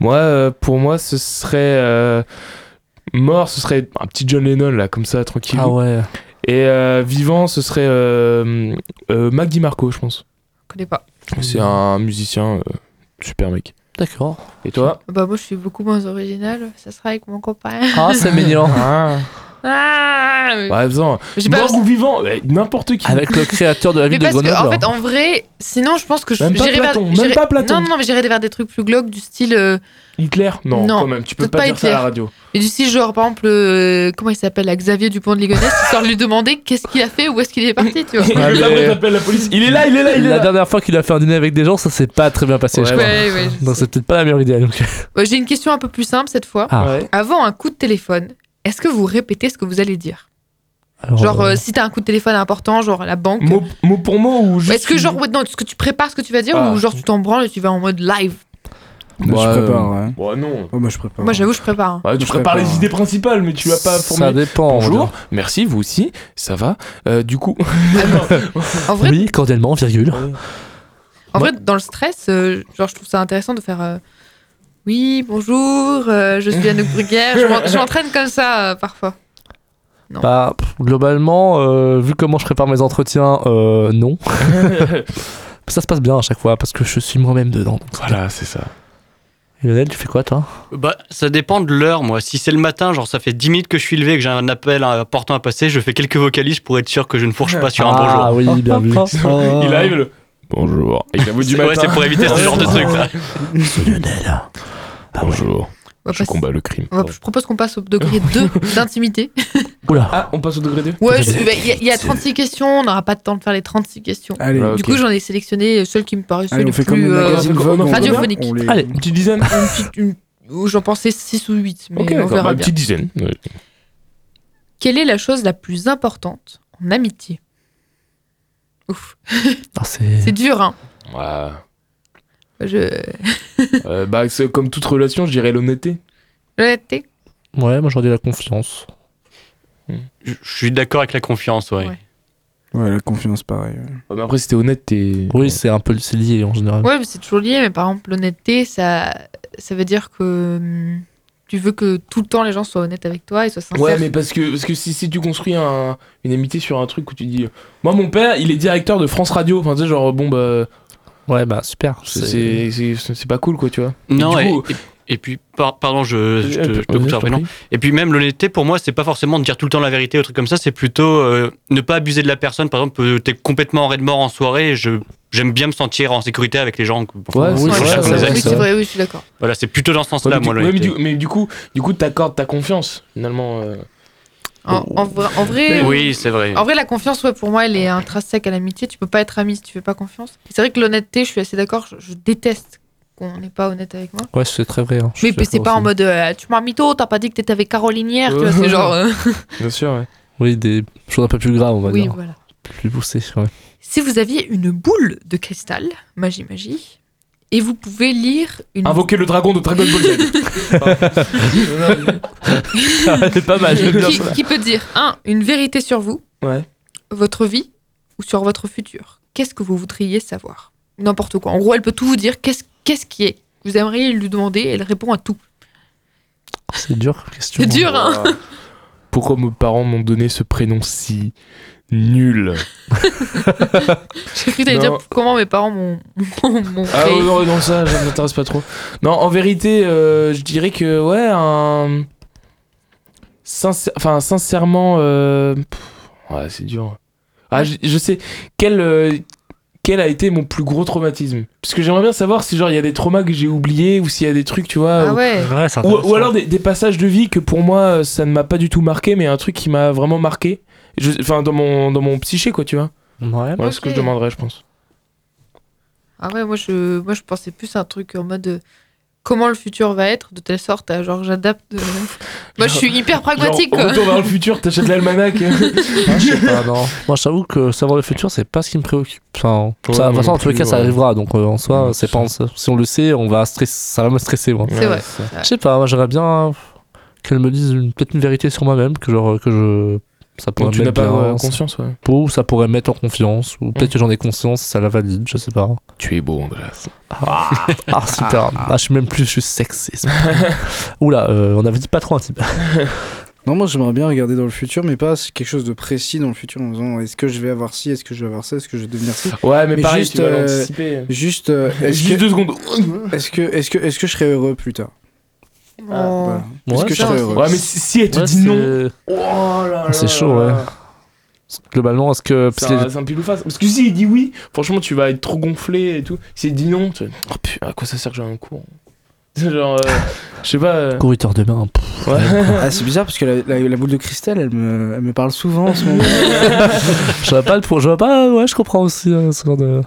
S6: Moi euh, pour moi ce serait euh, mort ce serait un petit John Lennon là comme ça tranquille.
S4: Ah ouais.
S6: Et euh, vivant ce serait euh, euh, Mac DiMarco je pense.
S3: Je connais pas.
S6: C'est un musicien euh, super mec.
S4: D'accord.
S6: Et toi
S3: Bah, moi, je suis beaucoup moins original. Ça sera avec mon copain.
S4: Ah, c'est mignon.
S6: ah.
S3: Ah mais-
S6: Par exemple
S3: J'ai pas
S6: mort ou vivant ouais, n'importe qui.
S4: Avec le créateur de la
S3: Mais
S4: ville de
S3: parce que,
S4: Grenoble. hein.
S3: en fait, en vrai, sinon, je pense que je-
S6: Même pas
S3: j'irais vers.
S6: Platon, même
S3: j'irais-
S6: pas Platon.
S3: Non, non, non, mais j'irais vers des trucs plus glauques du style. euh,
S6: Hitler non,
S3: Non,
S6: quand même tu peux
S3: peut-être
S6: pas,
S3: pas
S6: dire ça à la
S3: Hitler.
S6: radio.
S3: Et du style, genre, par exemple, euh, comment il s'appelle là, Xavier Dupont de Ligonnès, histoire de lui demander qu'est-ce qu'il a fait, où est-ce qu'il est parti, tu vois.
S6: Et
S4: Ouais, mais-
S6: le lendemain, t'appelles la police. Il est là, il est là, il est
S4: La
S6: là.
S4: dernière fois qu'il a fait un dîner avec des gens, ça s'est pas très bien passé.
S6: Ouais,
S4: je
S6: ouais.
S4: crois.
S3: Ouais, ouais, je
S4: Donc
S3: sais.
S4: c'est peut-être pas la meilleure idée. donc.
S3: Ouais, J'ai une question un peu plus simple cette fois.
S4: Ah.
S6: Ouais.
S3: Avant un coup de téléphone, est-ce que vous répétez ce que vous allez dire
S4: Alors,
S3: Genre,
S4: euh,
S3: euh, si t'as un coup de téléphone important, genre la banque.
S6: Mot, mot pour mot ou juste.
S3: Est-ce que genre, ouais, non, est-ce que tu prépares ce que tu vas dire
S6: Ah.
S3: ou genre tu t'en branles et tu vas en mode live
S5: Moi, je
S6: Bah,
S5: prépare,
S6: euh,
S5: ouais.
S6: Bah non.
S5: Oh, moi, je prépare.
S3: Moi, j'avoue, je prépare. hein.
S6: Bah,
S5: Je
S6: tu prépares
S5: prépare.
S6: les idées principales, mais tu vas pas
S4: Ça
S6: former.
S4: dépend. on
S6: Bonjour,
S4: dirait.
S6: merci, vous aussi, ça va. Euh, du coup,
S3: Ah En vrai,
S4: Oui, cordialement, virgule.
S3: En vrai, dans le stress, euh, genre, je trouve ça intéressant de faire euh, Oui, bonjour, euh, je suis Anouk Bruguière. Je m'en- je m'entraîne comme ça euh, parfois. Non.
S4: Bah, pff, globalement, euh, vu comment je prépare mes entretiens, euh, non. ça se passe bien à chaque fois parce que je suis moi-même dedans. donc voilà.
S6: voilà, c'est ça.
S4: Et Lionel, tu fais quoi toi
S7: Bah, ça dépend de l'heure, moi. Si c'est le matin, genre ça fait 10 minutes que je suis levé et que j'ai un appel important à passer, je fais quelques vocalises pour être sûr que je ne fourche pas sur un
S4: Ah
S7: bonjour.
S4: oui, bien vu. Ah.
S6: Il arrive le. Bonjour. Et la voix du
S7: C'est- ouais,
S6: matin.
S7: c'est pour éviter ce genre de truc là.
S4: Ah
S6: Bonjour.
S3: On va
S6: Je
S3: passer-
S6: combat le crime.
S3: on va- je propose qu'on passe au degré 2 d'intimité.
S4: Oula.
S6: Ah, on passe au degré 2
S3: Ouais, je- bah, il y, a- il y a 36 questions, on n'aura pas le temps de faire les 36 questions.
S5: Allez,
S6: Ouais,
S3: Du
S6: Ah, ok.
S3: coup, j'en ai sélectionné celles qui me paraissaient
S5: allez,
S3: les
S5: on fait
S3: plus.
S5: comme le
S3: euh,
S5: magazine
S6: on
S5: Vogue.
S6: en
S5: on-
S3: radiophonique.
S5: on les-
S4: Allez.
S6: Une petite dizaine
S3: une petite- une- où J'en pensais 6 ou 8, mais
S6: Ok,
S3: on
S6: d'accord.
S3: verra
S6: Bah, une
S3: bien.
S6: petite dizaine. ouais.
S3: Quelle est la chose la plus importante en amitié Ouf,
S4: Ah, c'est
S3: c'est dur, hein.
S6: Ouais.
S3: Je...
S6: Euh, bah, c'est comme toute relation, je dirais l'honnêteté.
S3: L'honnêteté
S4: ouais, moi j'aurais dit la confiance.
S7: Je je suis d'accord avec la confiance, ouais.
S3: Ouais.
S5: Ouais, la confiance, pareil. ouais.
S6: Ouais, mais après, si t'es honnête, t'es.
S4: Oui, c'est un peu c'est lié en général.
S3: Ouais, mais c'est toujours lié, mais par exemple, l'honnêteté, ça, ça veut dire que hum, tu veux que tout le temps les gens soient honnêtes avec toi et soient sincères.
S6: Ouais, mais parce que, parce que si, si tu construis un- une amitié sur un truc où tu dis. euh, Moi, mon père, il est directeur de France Radio. Enfin, tu sais, genre, bon, bah.
S4: Ouais, bah super.
S6: c'est-
S4: C'est-
S6: C'est c'est- c'est- c'est pas cool, quoi, tu vois.
S7: Non,
S6: Et
S7: et,
S6: du coup-
S7: et- et puis, par- pardon, je, je te, je te
S6: Euh,
S7: coupe,
S6: je t'en
S7: Arnaud.
S6: prie.
S7: Et puis même l'honnêteté, pour moi, c'est pas forcément de dire tout le temps la vérité ou truc comme ça, c'est plutôt euh, ne pas abuser de la personne. Par exemple, euh, t'es complètement en raid mort en soirée, je j'aime bien me sentir en sécurité avec les gens. Enfin,
S6: Ouais,
S7: je
S6: oui,
S7: cherche
S6: ouais,
S7: à
S6: ouais,
S7: les
S6: ouais,
S7: amis.
S3: oui,
S6: ça.
S3: c'est vrai, oui, je suis d'accord.
S7: Voilà, c'est plutôt dans ce
S6: Ouais,
S7: sens-là,
S6: mais,
S7: moi.
S6: du, ouais, mais,
S7: l'honnêteté.
S6: du, mais du coup, du coup, t'accordes ta confiance, finalement. euh.
S3: En, en vrai, en vrai, hum,
S7: Oui, c'est vrai.
S3: en vrai, la confiance, ouais, pour moi, elle est intrinsèque à l'amitié. Tu peux pas être ami si tu fais pas confiance. Et C'est vrai que l'honnêteté, je suis assez d'accord, je, je déteste qu'on n'est pas honnête avec moi.
S4: Ouais, c'est très vrai. hein.
S3: Oui,
S4: Je
S3: mais
S4: suis
S3: c'est pas
S4: d'accord
S3: en mode euh, tu m'as mytho, t'as pas dit que t'étais avec Caroline hier, tu vois,
S6: Ouais.
S3: c'est genre. euh,
S6: Bien sûr, ouais.
S4: aussi. Oui, des choses un peu plus graves, on va
S3: Oui,
S4: dire.
S3: voilà.
S4: Plus poussées, ouais.
S3: Si vous aviez une boule de cristal, magie, magie, et vous pouvez lire une
S6: Invoquer le dragon de Dragon Ball Z.
S4: c'est pas mal, j'aime bien
S3: qui, qui peut dire un, une vérité sur vous,
S6: ouais.
S3: votre vie ou sur votre futur. Qu'est-ce que vous voudriez savoir N'importe quoi. En gros, elle peut tout vous dire. Qu'est-ce qu'est-ce qui est Vous aimeriez lui demander elle répond à tout.
S4: C'est dur, question.
S3: C'est dur, hein
S6: Ouah. Pourquoi mes parents m'ont donné ce prénom si nul
S3: J'ai cru t'allais
S6: Non.
S3: dire comment mes parents m'ont m'ont
S6: Ah
S3: créé.
S6: ouais, non, non, ça, ça m'intéresse pas trop. Non, en vérité, euh, je dirais que, ouais, un. Sincère- Enfin, sincèrement. euh, pff, Ouais, c'est dur. Ah, je, je sais. Quel, euh, quel a été mon plus gros traumatisme Parce que j'aimerais bien savoir si, genre, il y a des traumas que j'ai oubliés ou s'il y a des trucs, tu vois.
S3: Ah
S6: où-
S3: ouais.
S4: Ouais, c'est
S6: Ou,
S4: intéressant.
S6: ou alors des, des passages de vie que pour moi euh, ça ne m'a pas du tout marqué, mais un truc qui m'a vraiment marqué. Je- Enfin, dans mon, dans mon psyché, quoi, tu vois.
S4: Ouais.
S6: Voilà ce que je
S3: Ok.
S6: demanderais, je pense.
S3: Ah ouais, moi je, moi je pensais plus à un truc en mode euh, comment le futur va être, de telle sorte à genre j'adapte. euh, moi je suis hyper pragmatique
S6: Genre,
S3: quoi.
S6: retour vers le futur, t'achètes l'almanach.
S4: Ah, je sais pas, non. Moi, j'avoue que savoir le futur, c'est pas ce qui me préoccupe. Enfin,
S6: Ouais,
S4: ça, de
S6: moi
S4: toute façon,
S6: non
S4: en tous les
S6: plus,
S4: cas, ça
S6: ouais.
S4: arrivera. Donc, euh, en soi,
S6: Ouais,
S4: c'est
S6: c'est
S4: pas en- si on le sait, on va stress... ça va me stresser, moi.
S3: C'est vrai.
S4: Je sais pas, moi, j'aimerais bien qu'elle me dise une- peut-être une vérité sur moi-même, que genre, que je. Ça pourrait
S6: Bon, tu n'as
S4: mettre
S6: pas
S4: bien-
S6: euh, conscience, ouais. Mm.
S4: ou ça pourrait mettre en confiance, ou peut-être que j'en ai conscience, ça la valide, je sais pas.
S6: Tu es beau, Andreas.
S4: Ah, ah, super. Ah, je suis même plus, je suis sexy. Oula, euh, on avait dit pas trop intime.
S5: hein. Non, moi, j'aimerais bien regarder dans le futur, mais pas quelque chose de précis dans le futur en disant est-ce que je vais avoir ci, est-ce que je vais avoir ça, est-ce que je vais devenir ci.
S6: Ouais, mais,
S5: Mais
S6: pareil,
S5: juste,
S6: tu vas
S5: euh,
S6: l'anticiper.
S5: Juste, euh, est-ce
S6: Juste
S5: que,
S6: deux secondes.
S5: est-ce que, est-ce que, est-ce que je serai heureux plus tard
S3: Oh.
S6: bah,
S5: Voilà. Est-ce que je
S3: ça,
S5: serai
S3: c'est-
S5: heureux
S6: Ouais, mais si, si elle te
S4: Ouais,
S6: dit non.
S4: c'est-
S6: Oh là là
S4: C'est chaud,
S6: là
S4: ouais.
S6: là.
S4: Globalement, est-ce que. parce
S6: C'est
S4: que-
S6: un, c'est un pile ou face. Parce que si il dit oui, franchement, tu vas être trop gonflé et tout. S'il dit non, tu vas dire, oh putain, à quoi ça sert que j'ai un cours C'est Genre, euh, je sais pas. euh,
S4: Cours 8 heures demain. pff,
S6: ouais.
S5: Ah, c'est bizarre parce que la, la- la boule de cristal, elle me, elle me parle souvent en ce moment.
S4: Bah, Je vois pas le pour. Je vois pas. Ouais, je comprends aussi euh, ce hein, genre de.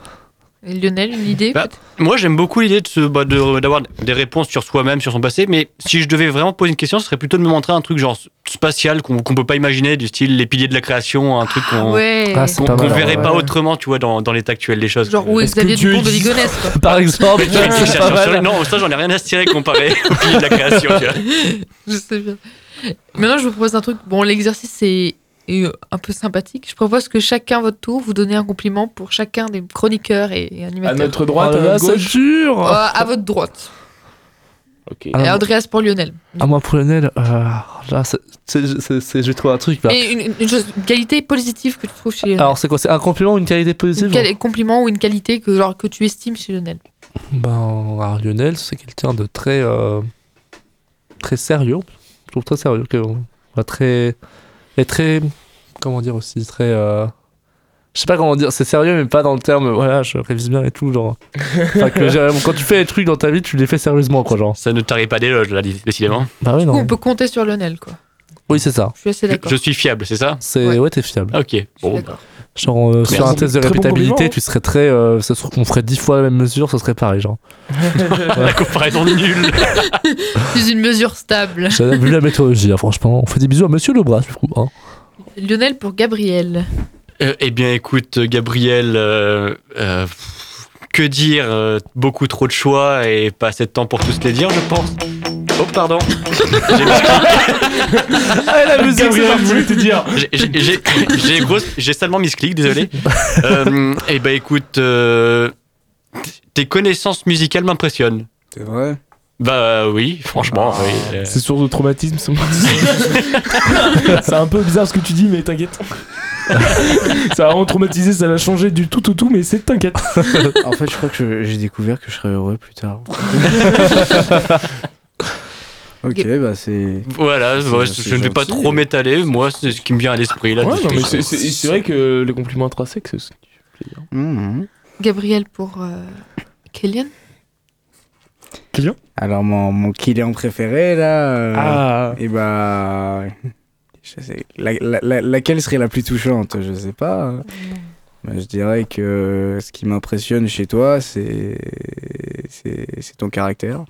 S3: Et Lionel, une idée
S7: Bah,
S3: peut-être
S7: Moi, j'aime beaucoup l'idée de se- bah, de- d'avoir des réponses sur soi-même, sur son passé, mais si je devais vraiment poser une question, ce serait plutôt de me montrer un truc genre s- spatial qu'on qu'on peut pas imaginer, du style les piliers de la création, un truc qu'on
S3: Ouais.
S4: Ah, c'est
S7: qu'on-
S4: pas
S7: qu'on
S4: mal.
S7: verrait
S4: ouais.
S7: pas autrement, tu vois, dans, dans l'état actuel des choses.
S3: Genre où est
S6: Est-ce que
S3: Xavier
S6: Dieu
S3: Dupont de
S6: existe
S3: Ligonnès quoi.
S4: Par exemple,
S7: Mais tu vois, une
S4: c'est
S7: fixation
S4: pas
S7: sur-
S4: mal.
S7: Non, ça, j'en ai rien à se tirer comparé aux piliers de la création, tu vois.
S3: Je sais bien. Maintenant, je vous propose un truc. Bon, l'exercice est, est euh, un peu sympathique. Je propose que chacun, votre tour, vous donnez un compliment pour chacun des chroniqueurs et, et
S6: À
S3: animateurs.
S6: notre
S4: Oh
S6: droite,
S4: là
S6: à
S4: là,
S6: notre
S4: ça
S6: gauche.
S3: Euh,
S4: dure
S3: à votre droite.
S6: Ok.
S4: Ah,
S3: Et
S4: moi-
S3: Andreas pour Lionel.
S4: Ah, moi, pour Lionel, euh, là, c'est- c'est- c'est- c'est- je vais trouver un truc là.
S3: Et une, une chose- une qualité positive que tu trouves chez Lionel.
S4: Alors, c'est quoi C'est un compliment ou une qualité
S3: Un
S4: positive
S3: compliment ou une qualité que, genre, que tu estimes chez Lionel.
S4: Ben, alors Lionel, c'est quelqu'un de très. euh, très sérieux. Je trouve très sérieux. Que, enfin, très. Et très. Comment dire aussi Très. euh, je sais pas comment dire, c'est sérieux, mais pas dans le terme. Voilà, je révise bien et tout, genre. Enfin, que, j'ai- euh, quand tu fais des trucs dans ta vie, tu les fais sérieusement, quoi, genre.
S7: Ça ne tarit pas d'éloge, là, dé- décidément.
S4: Bah oui,
S3: Du coup,
S4: non.
S3: on peut compter sur Lionel, quoi.
S4: Oui, c'est ça.
S3: Je suis assez
S7: Je,
S3: d'accord.
S7: je suis fiable, c'est ça
S4: C'est
S3: Ouais.
S4: ouais, t'es fiable.
S7: Ok.
S3: Je suis
S7: Bon, bah.
S3: d'accord.
S4: Genre euh,
S6: Très
S4: sur
S6: bon-
S4: un test de
S6: très bon
S4: répétabilité,
S6: compliment, hein.
S4: tu serais très. euh, ça se trouve qu'on ferait 10 fois la même mesure, ça serait pareil, genre.
S7: la comparaison nulle.
S3: C'est une mesure stable.
S4: J'avais vu la météorologie, hein, franchement. On fait des bisous à Monsieur Lebras, du coup. Hein.
S3: Lionel pour Gabriel.
S7: Euh, eh bien, écoute, Gabriel, euh, euh, pff, que dire euh, Beaucoup trop de choix et pas assez de temps pour tous les dire, je pense. Oh, pardon. J'ai-
S4: Ah, la
S6: Gabriel, je voulais te dire.
S7: j'ai- j'ai- J'ai j'ai grosse- j'ai salement mis ce clic, désolé. Euh, eh ben, écoute, euh, t- tes connaissances musicales m'impressionnent.
S5: C'est vrai.
S7: Bah oui, franchement,
S2: Ah.
S7: oui. euh,
S6: C'est source de traumatisme. ce mot. c'est un peu bizarre ce que tu dis, mais t'inquiète. ça a vraiment traumatisé, ça l'a changé du tout au tout, mais c'est t'inquiète.
S2: En fait, je crois que je- j'ai découvert que je serais heureux plus tard. ok, bah c'est.
S7: Voilà,
S2: C'est-
S7: ouais,
S2: c'est
S7: je ne vais pas
S2: gentil.
S7: trop m'étaler, moi c'est ce qui me vient à l'esprit là.
S6: Ouais,
S7: tout de
S6: non, mais
S7: suite.
S6: c'est- c'est c'est vrai que les compliments intrinsèques, c'est ce que tu fais. hein.
S2: Mhm.
S3: Gabriel pour euh, Kélian.
S2: Alors, mon, mon client préféré, là. euh,
S6: Ah,
S2: Et bah. Je sais, la- la- la- laquelle serait la plus touchante Je sais pas. hein. Bah, je dirais que ce qui m'impressionne chez toi, c'est. C'est c'est ton caractère.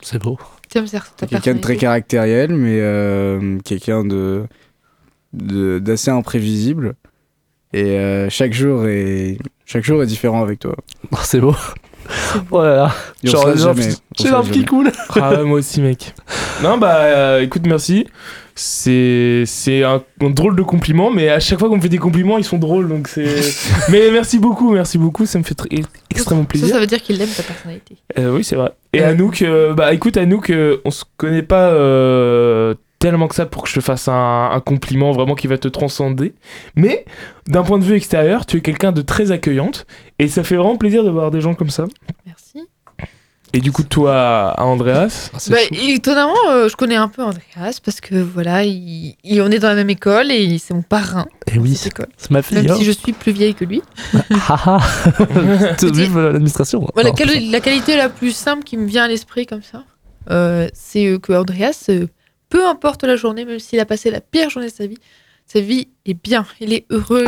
S4: C'est beau.
S3: Tiens, c'est ta
S2: T'es quelqu'un de très
S3: personnalité.
S2: caractériel, mais euh, quelqu'un de de- d'assez imprévisible. Et euh, chaque jour est chaque jour est différent avec toi.
S4: Ah, c'est beau. Oh là là.
S2: Et on
S4: Genre,
S2: se lasse
S4: genre,
S2: jamais,
S4: putain,
S2: on se
S4: j'ai un
S2: lasse
S4: petit
S2: jamais.
S4: cool.
S6: Ah ouais, moi aussi, mec. Non, bah euh, écoute, merci. C'est c'est un, un drôle de compliment, mais à chaque fois qu'on me fait des compliments, ils sont drôles, donc c'est. mais merci beaucoup, merci beaucoup, ça me fait très- extrêmement plaisir.
S3: Ça, ça veut dire qu'il aime ta personnalité.
S6: Euh, oui, c'est vrai. Et Anouk, euh, bah écoute, Anouk, euh, on se connaît pas euh, tellement que ça pour que je te fasse un, un compliment vraiment qui va te transcender. Mais d'un point de vue extérieur, tu es quelqu'un de très accueillante et ça fait vraiment plaisir de voir des gens comme ça.
S3: Merci.
S6: Et du coup, toi, à Andreas,
S4: Ah, c'est
S3: Bah,
S4: chou.
S3: étonnamment, euh, je connais un peu Andreas parce que voilà, il, il- on est dans la même école et il- c'est mon parrain.
S4: Eh oui,
S3: cette école.
S4: c'est ma
S3: Même
S4: fille. Hein.
S3: si je suis plus vieille que lui.
S4: Ah, ah. Tout de suite, l'administration.
S3: Voilà,
S4: Non,
S3: quelle-
S4: putain.
S3: la qualité la plus simple qui me vient à l'esprit comme ça, euh, c'est euh, que Andreas, euh, peu importe la journée, même s'il a passé la pire journée de sa vie, sa vie est bien, il est heureux,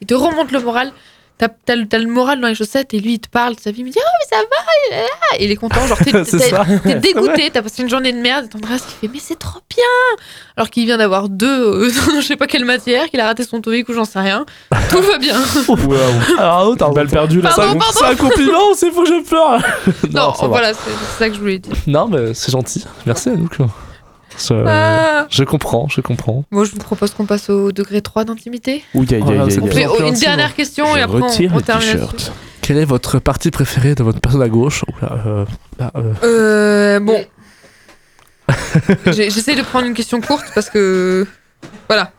S3: il te remonte le moral. T'as t'as le t'as le moral dans les chaussettes et lui il te parle de sa vie, il me dit Oh, mais ça va, il est, là. Et il est content. Genre, t'es
S4: C'est
S3: t'es-
S4: ça.
S3: t'es dégoûté, t'as passé une journée de merde. Et Andreas qui fait Mais c'est trop bien Alors qu'il vient d'avoir deux, euh, je sais pas quelle matière, qu'il a raté son TOEIC ou j'en sais rien. Tout va bien.
S4: Ah, oh, t'as
S6: une balle perdue là.
S4: C'est
S3: Pardon,
S4: un-
S3: pardon.
S4: c'est un compliment, c'est faut que je pleure.
S3: Non,
S4: ça va.
S3: voilà, c'est c'est ça que je voulais dire.
S4: Non, mais c'est gentil. Merci, Anouk. Je...
S3: Ah.
S4: je comprends, je comprends.
S3: Moi, je vous propose qu'on passe au degré 3 d'intimité.
S6: Ouh, aïe,
S4: Oh là,
S6: aïe,
S4: c'est
S6: aïe,
S3: On
S6: aïe.
S4: Bien.
S3: fait oh, une
S4: Intime.
S3: dernière question et
S6: Je
S3: après
S6: retire
S3: on, on
S6: le
S3: termine.
S6: t-shirt.
S4: Quelle est votre partie préférée de votre personne à gauche Ouh là, euh, là, euh,
S3: là-dessus. Euh, bon. J'ai- J'essaie de prendre une question courte parce que. Voilà.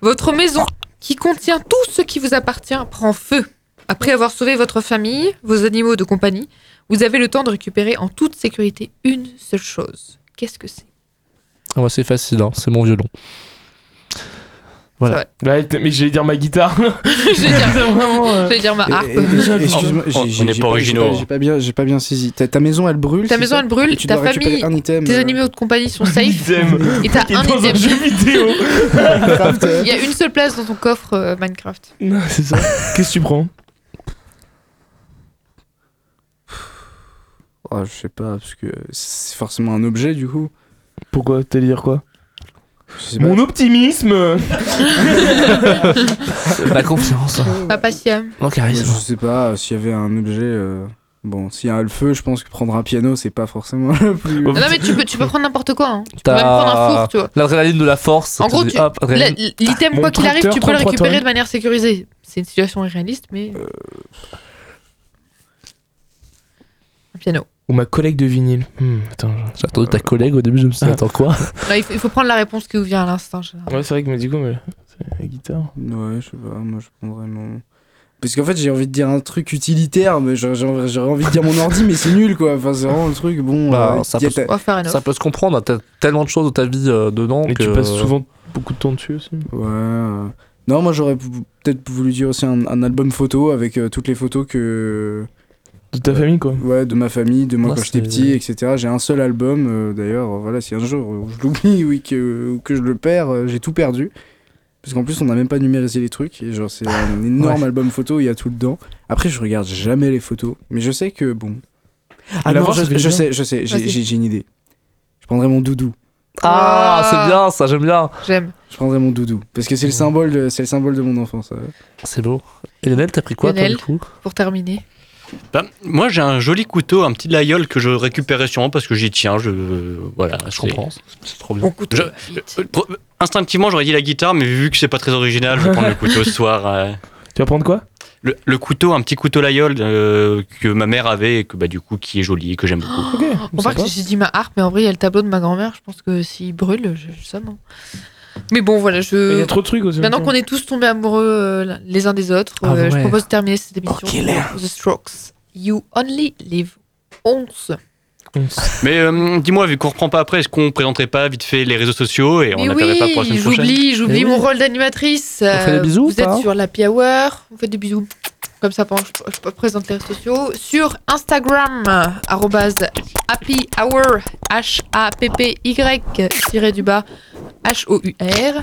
S3: Votre maison, qui contient tout ce qui vous appartient, prend feu. Après avoir sauvé votre famille, vos animaux de compagnie, vous avez le temps de récupérer en toute sécurité une seule chose. Qu'est-ce que c'est
S4: ah bah, c'est facile, hein, c'est mon violon. Voilà.
S3: Ça
S6: Ouais, t- mais j'allais dire ma guitare.
S3: va. Je vais dire-
S6: C'est vraiment. euh,
S3: je vais dire ma
S2: Et-
S3: harpe.
S2: et- et- Excuse-moi,
S7: On-
S2: j'ai-
S7: Oh, on
S2: j'ai-
S7: n'est pas
S2: j'ai pas-
S7: originaux.
S2: J'ai pas bien, j'ai pas bien saisi. Ta, ta maison, elle brûle.
S3: Ta
S2: c'est
S3: maison,
S2: ça
S3: elle brûle,
S2: Et tu
S3: ta
S2: dois récupérer
S3: famille,
S2: un item.
S3: tes
S2: euh,
S3: animaux de compagnie sont safe.
S6: Item.
S3: Et t'as
S6: Et
S3: un
S6: dans un
S3: item.
S6: jeu vidéo.
S2: craft, euh.
S3: Il y a une seule place dans ton coffre euh, Minecraft.
S6: Non, c'est ça. Qu'est-ce que tu prends
S5: Ah, je sais pas, parce que c'est forcément un objet du coup.
S6: Pourquoi T'allais dire quoi
S5: Je sais pas.
S6: Mon optimisme
S4: La confiance,
S3: Papa Siam.
S4: mon
S5: Je
S4: charisme.
S5: sais pas euh, s'il y avait un objet. euh, Bon, s'il y a le feu, je pense que prendre un piano, c'est pas forcément le plus.
S3: Ah, Non, mais tu peux, tu peux prendre n'importe quoi. hein. Tu peux
S4: T'as-
S3: même prendre un four, tu vois.
S4: L'adrénaline de la force.
S3: En gros,
S4: t'as dit,
S3: tu-
S4: hop, adrénaline.
S3: L- L'item,
S6: Mon
S3: quoi qu'il arrive,
S6: tracteur
S3: tu peux le
S6: 33
S3: récupérer
S6: tonnes.
S3: de manière sécurisée. C'est une situation irréaliste, mais.
S6: Euh.
S3: Un piano.
S6: Ou ma collègue de vinyle. Hmm, attends, je-
S4: J'ai entendu ta collègue au début, je me suis dit,
S6: Ah.
S4: attends quoi
S3: Non, il, faut, il faut prendre la réponse qui vous vient à l'instant. en général.
S6: Ouais, c'est vrai que mais du coup, mais... c'est la guitare.
S5: Ouais, je sais pas, moi je prendrais mon. Parce qu'en fait, j'ai envie de dire un truc utilitaire, mais j'aurais j'aurais- j'aurais envie de dire mon ordi, mais c'est nul quoi. Enfin, c'est vraiment le truc, bon. euh,
S4: Bah, ça
S5: qui
S4: peut
S5: est-
S3: On va faire une autre.
S4: Ça peut se comprendre, hein, t'as tellement de choses dans ta vie euh, dedans.
S6: Et
S4: que...
S6: tu passes souvent beaucoup de temps dessus aussi.
S5: Ouais. euh, Non, moi j'aurais pou- peut-être voulu dire aussi un, un album photo avec euh, toutes les photos que.
S6: De ta famille, quoi.
S5: Ouais, de ma famille, de moi
S4: Ouais,
S5: quand j'étais
S4: c'est-
S5: petit, etc. J'ai un seul album, euh, d'ailleurs, euh, voilà, si un jour euh, je l'oublie oui, que, ou que je le perds, euh, j'ai tout perdu. Parce qu'en plus, on n'a même pas numérisé les trucs, et genre, c'est un énorme
S4: Ouais.
S5: album photo, il y a tout dedans. Après, je regarde jamais les photos, mais je sais que, bon.
S6: Ah non,
S5: je,
S6: je vais
S5: je
S6: bien.
S5: sais, je sais, j'ai-
S3: Vas-y.
S5: j'ai j'ai une idée. Je prendrais mon doudou.
S4: Ah, c'est bien ça, j'aime bien.
S3: J'aime.
S5: Je prendrais mon doudou. Parce que c'est le symbole de, c'est le symbole de mon enfance. ça.
S4: C'est beau. Et Lionel, t'as pris quoi toi
S3: Lionel.
S4: du coup
S3: Pour terminer.
S7: Bah, moi, j'ai un joli couteau, un petit laïol que je récupérais sûrement parce que j'y tiens. Je, voilà,
S4: Je
S7: c'est-
S4: comprends, c'est trop bien.
S7: Je- euh, pro- instinctivement, j'aurais dit la guitare, mais vu que c'est pas très original, je vais prendre le couteau ce soir. euh.
S6: Tu vas prendre quoi
S7: Le, le couteau, un petit couteau laïol euh, que ma mère avait et que bah, du coup qui est joli et que j'aime beaucoup.
S6: Ok.
S3: On voit que j'ai dit ma harpe, mais en vrai, il y a le tableau de ma grand-mère. Je pense que s'il brûle, je, je sonne. hein. Mais bon, voilà,
S6: Il y
S3: je.
S6: a trop de trucs aussi.
S3: Maintenant qu'on est tous tombés amoureux euh, les uns des autres,
S4: Ah
S3: euh, je
S4: ouais. Oh,
S3: propose de terminer cette émission.
S4: Ok, Léa.
S3: sur The Strokes. You only live once.
S7: Mais euh, dis-moi, vu qu'on reprend pas après, est-ce qu'on présenterait pas vite fait les réseaux sociaux et on
S3: Mais
S7: n'appellerait pas pour la
S3: oui,
S7: semaine prochaine
S3: j'oublie, j'oublie
S4: Eh
S3: mon
S4: oui.
S3: rôle d'animatrice. euh,
S4: On fait des bisous ou
S3: Vous
S4: pas
S3: êtes sur la Hour, on fait des bisous. Comme ça, pendant que je, je présente les réseaux sociaux. Sur Instagram, euh, arrobase happy hour, H-A-P-P-Y, tiré du bas, H-O-U-R.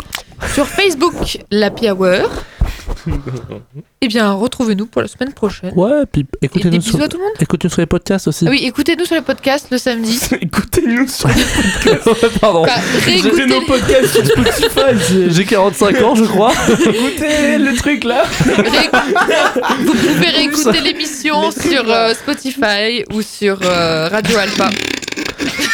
S3: Sur Facebook, l'Happy Hour. Eh bien, retrouvez-nous pour la semaine prochaine.
S4: Ouais, puis
S3: Et des
S4: écoutez-nous sur...
S3: bisous à tout le monde.
S4: écoutez-nous sur les podcasts aussi.
S3: Ah oui, écoutez-nous sur les podcasts le samedi.
S6: Écoutez-nous sur
S4: Pardon.
S3: Enfin,
S6: J'ai fait
S3: Bah, réécoutez-les.
S6: nos podcasts sur Spotify. c'est-
S4: J'ai 45 ans, je crois.
S6: Écoutez le truc là.
S3: Ré- Vous pouvez réécouter l'émission sur euh, Spotify ou sur euh, Radio Alpha.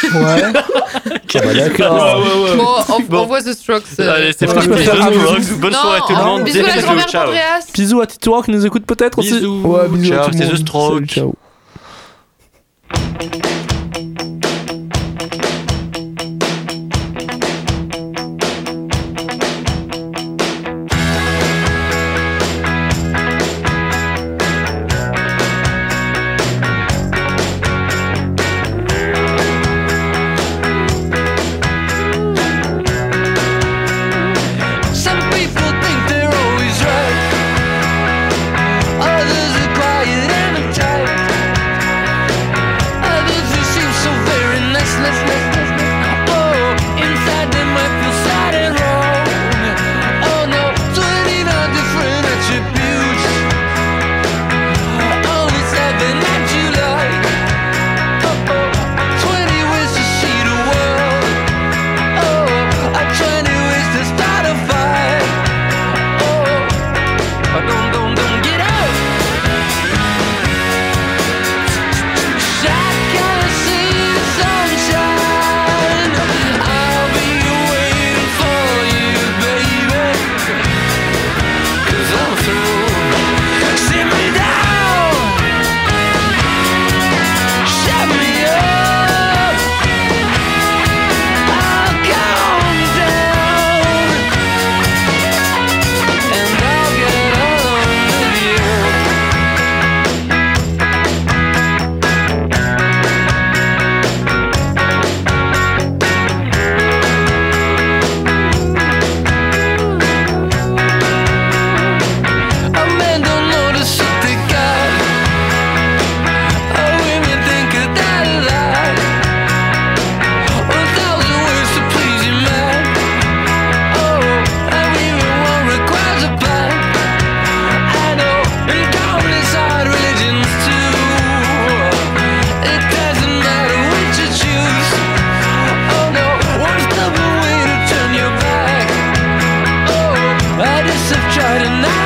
S4: Ouais.
S2: Ah,
S4: bah, d'accord.
S6: ouais,
S3: Bon, on, on voit The Strokes. euh,
S7: Allez, c'est
S4: Ouais,
S7: parti.
S4: je peux faire un
S7: Bisous,
S4: bisou.
S7: Rox. Bonne
S3: non,
S7: soirée à tout le
S3: on-
S7: monde.
S3: Hein Bisous à la grand-mère
S7: ciao.
S3: d'Andreas.
S4: Bisous à Titouan qui nous écoute peut-être aussi.
S7: Bisous.
S6: Ouais, bisous à
S7: ciao,
S6: tout le
S7: c'est The
S6: monde.
S7: Stroke.
S6: Salut, ciao.
S2: Some people think they're always right. Others are quiet and uptight. Others Oh, Oh, Oh, Oh, Oh, Oh, Oh, Oh, have tried and I Oh, Oh,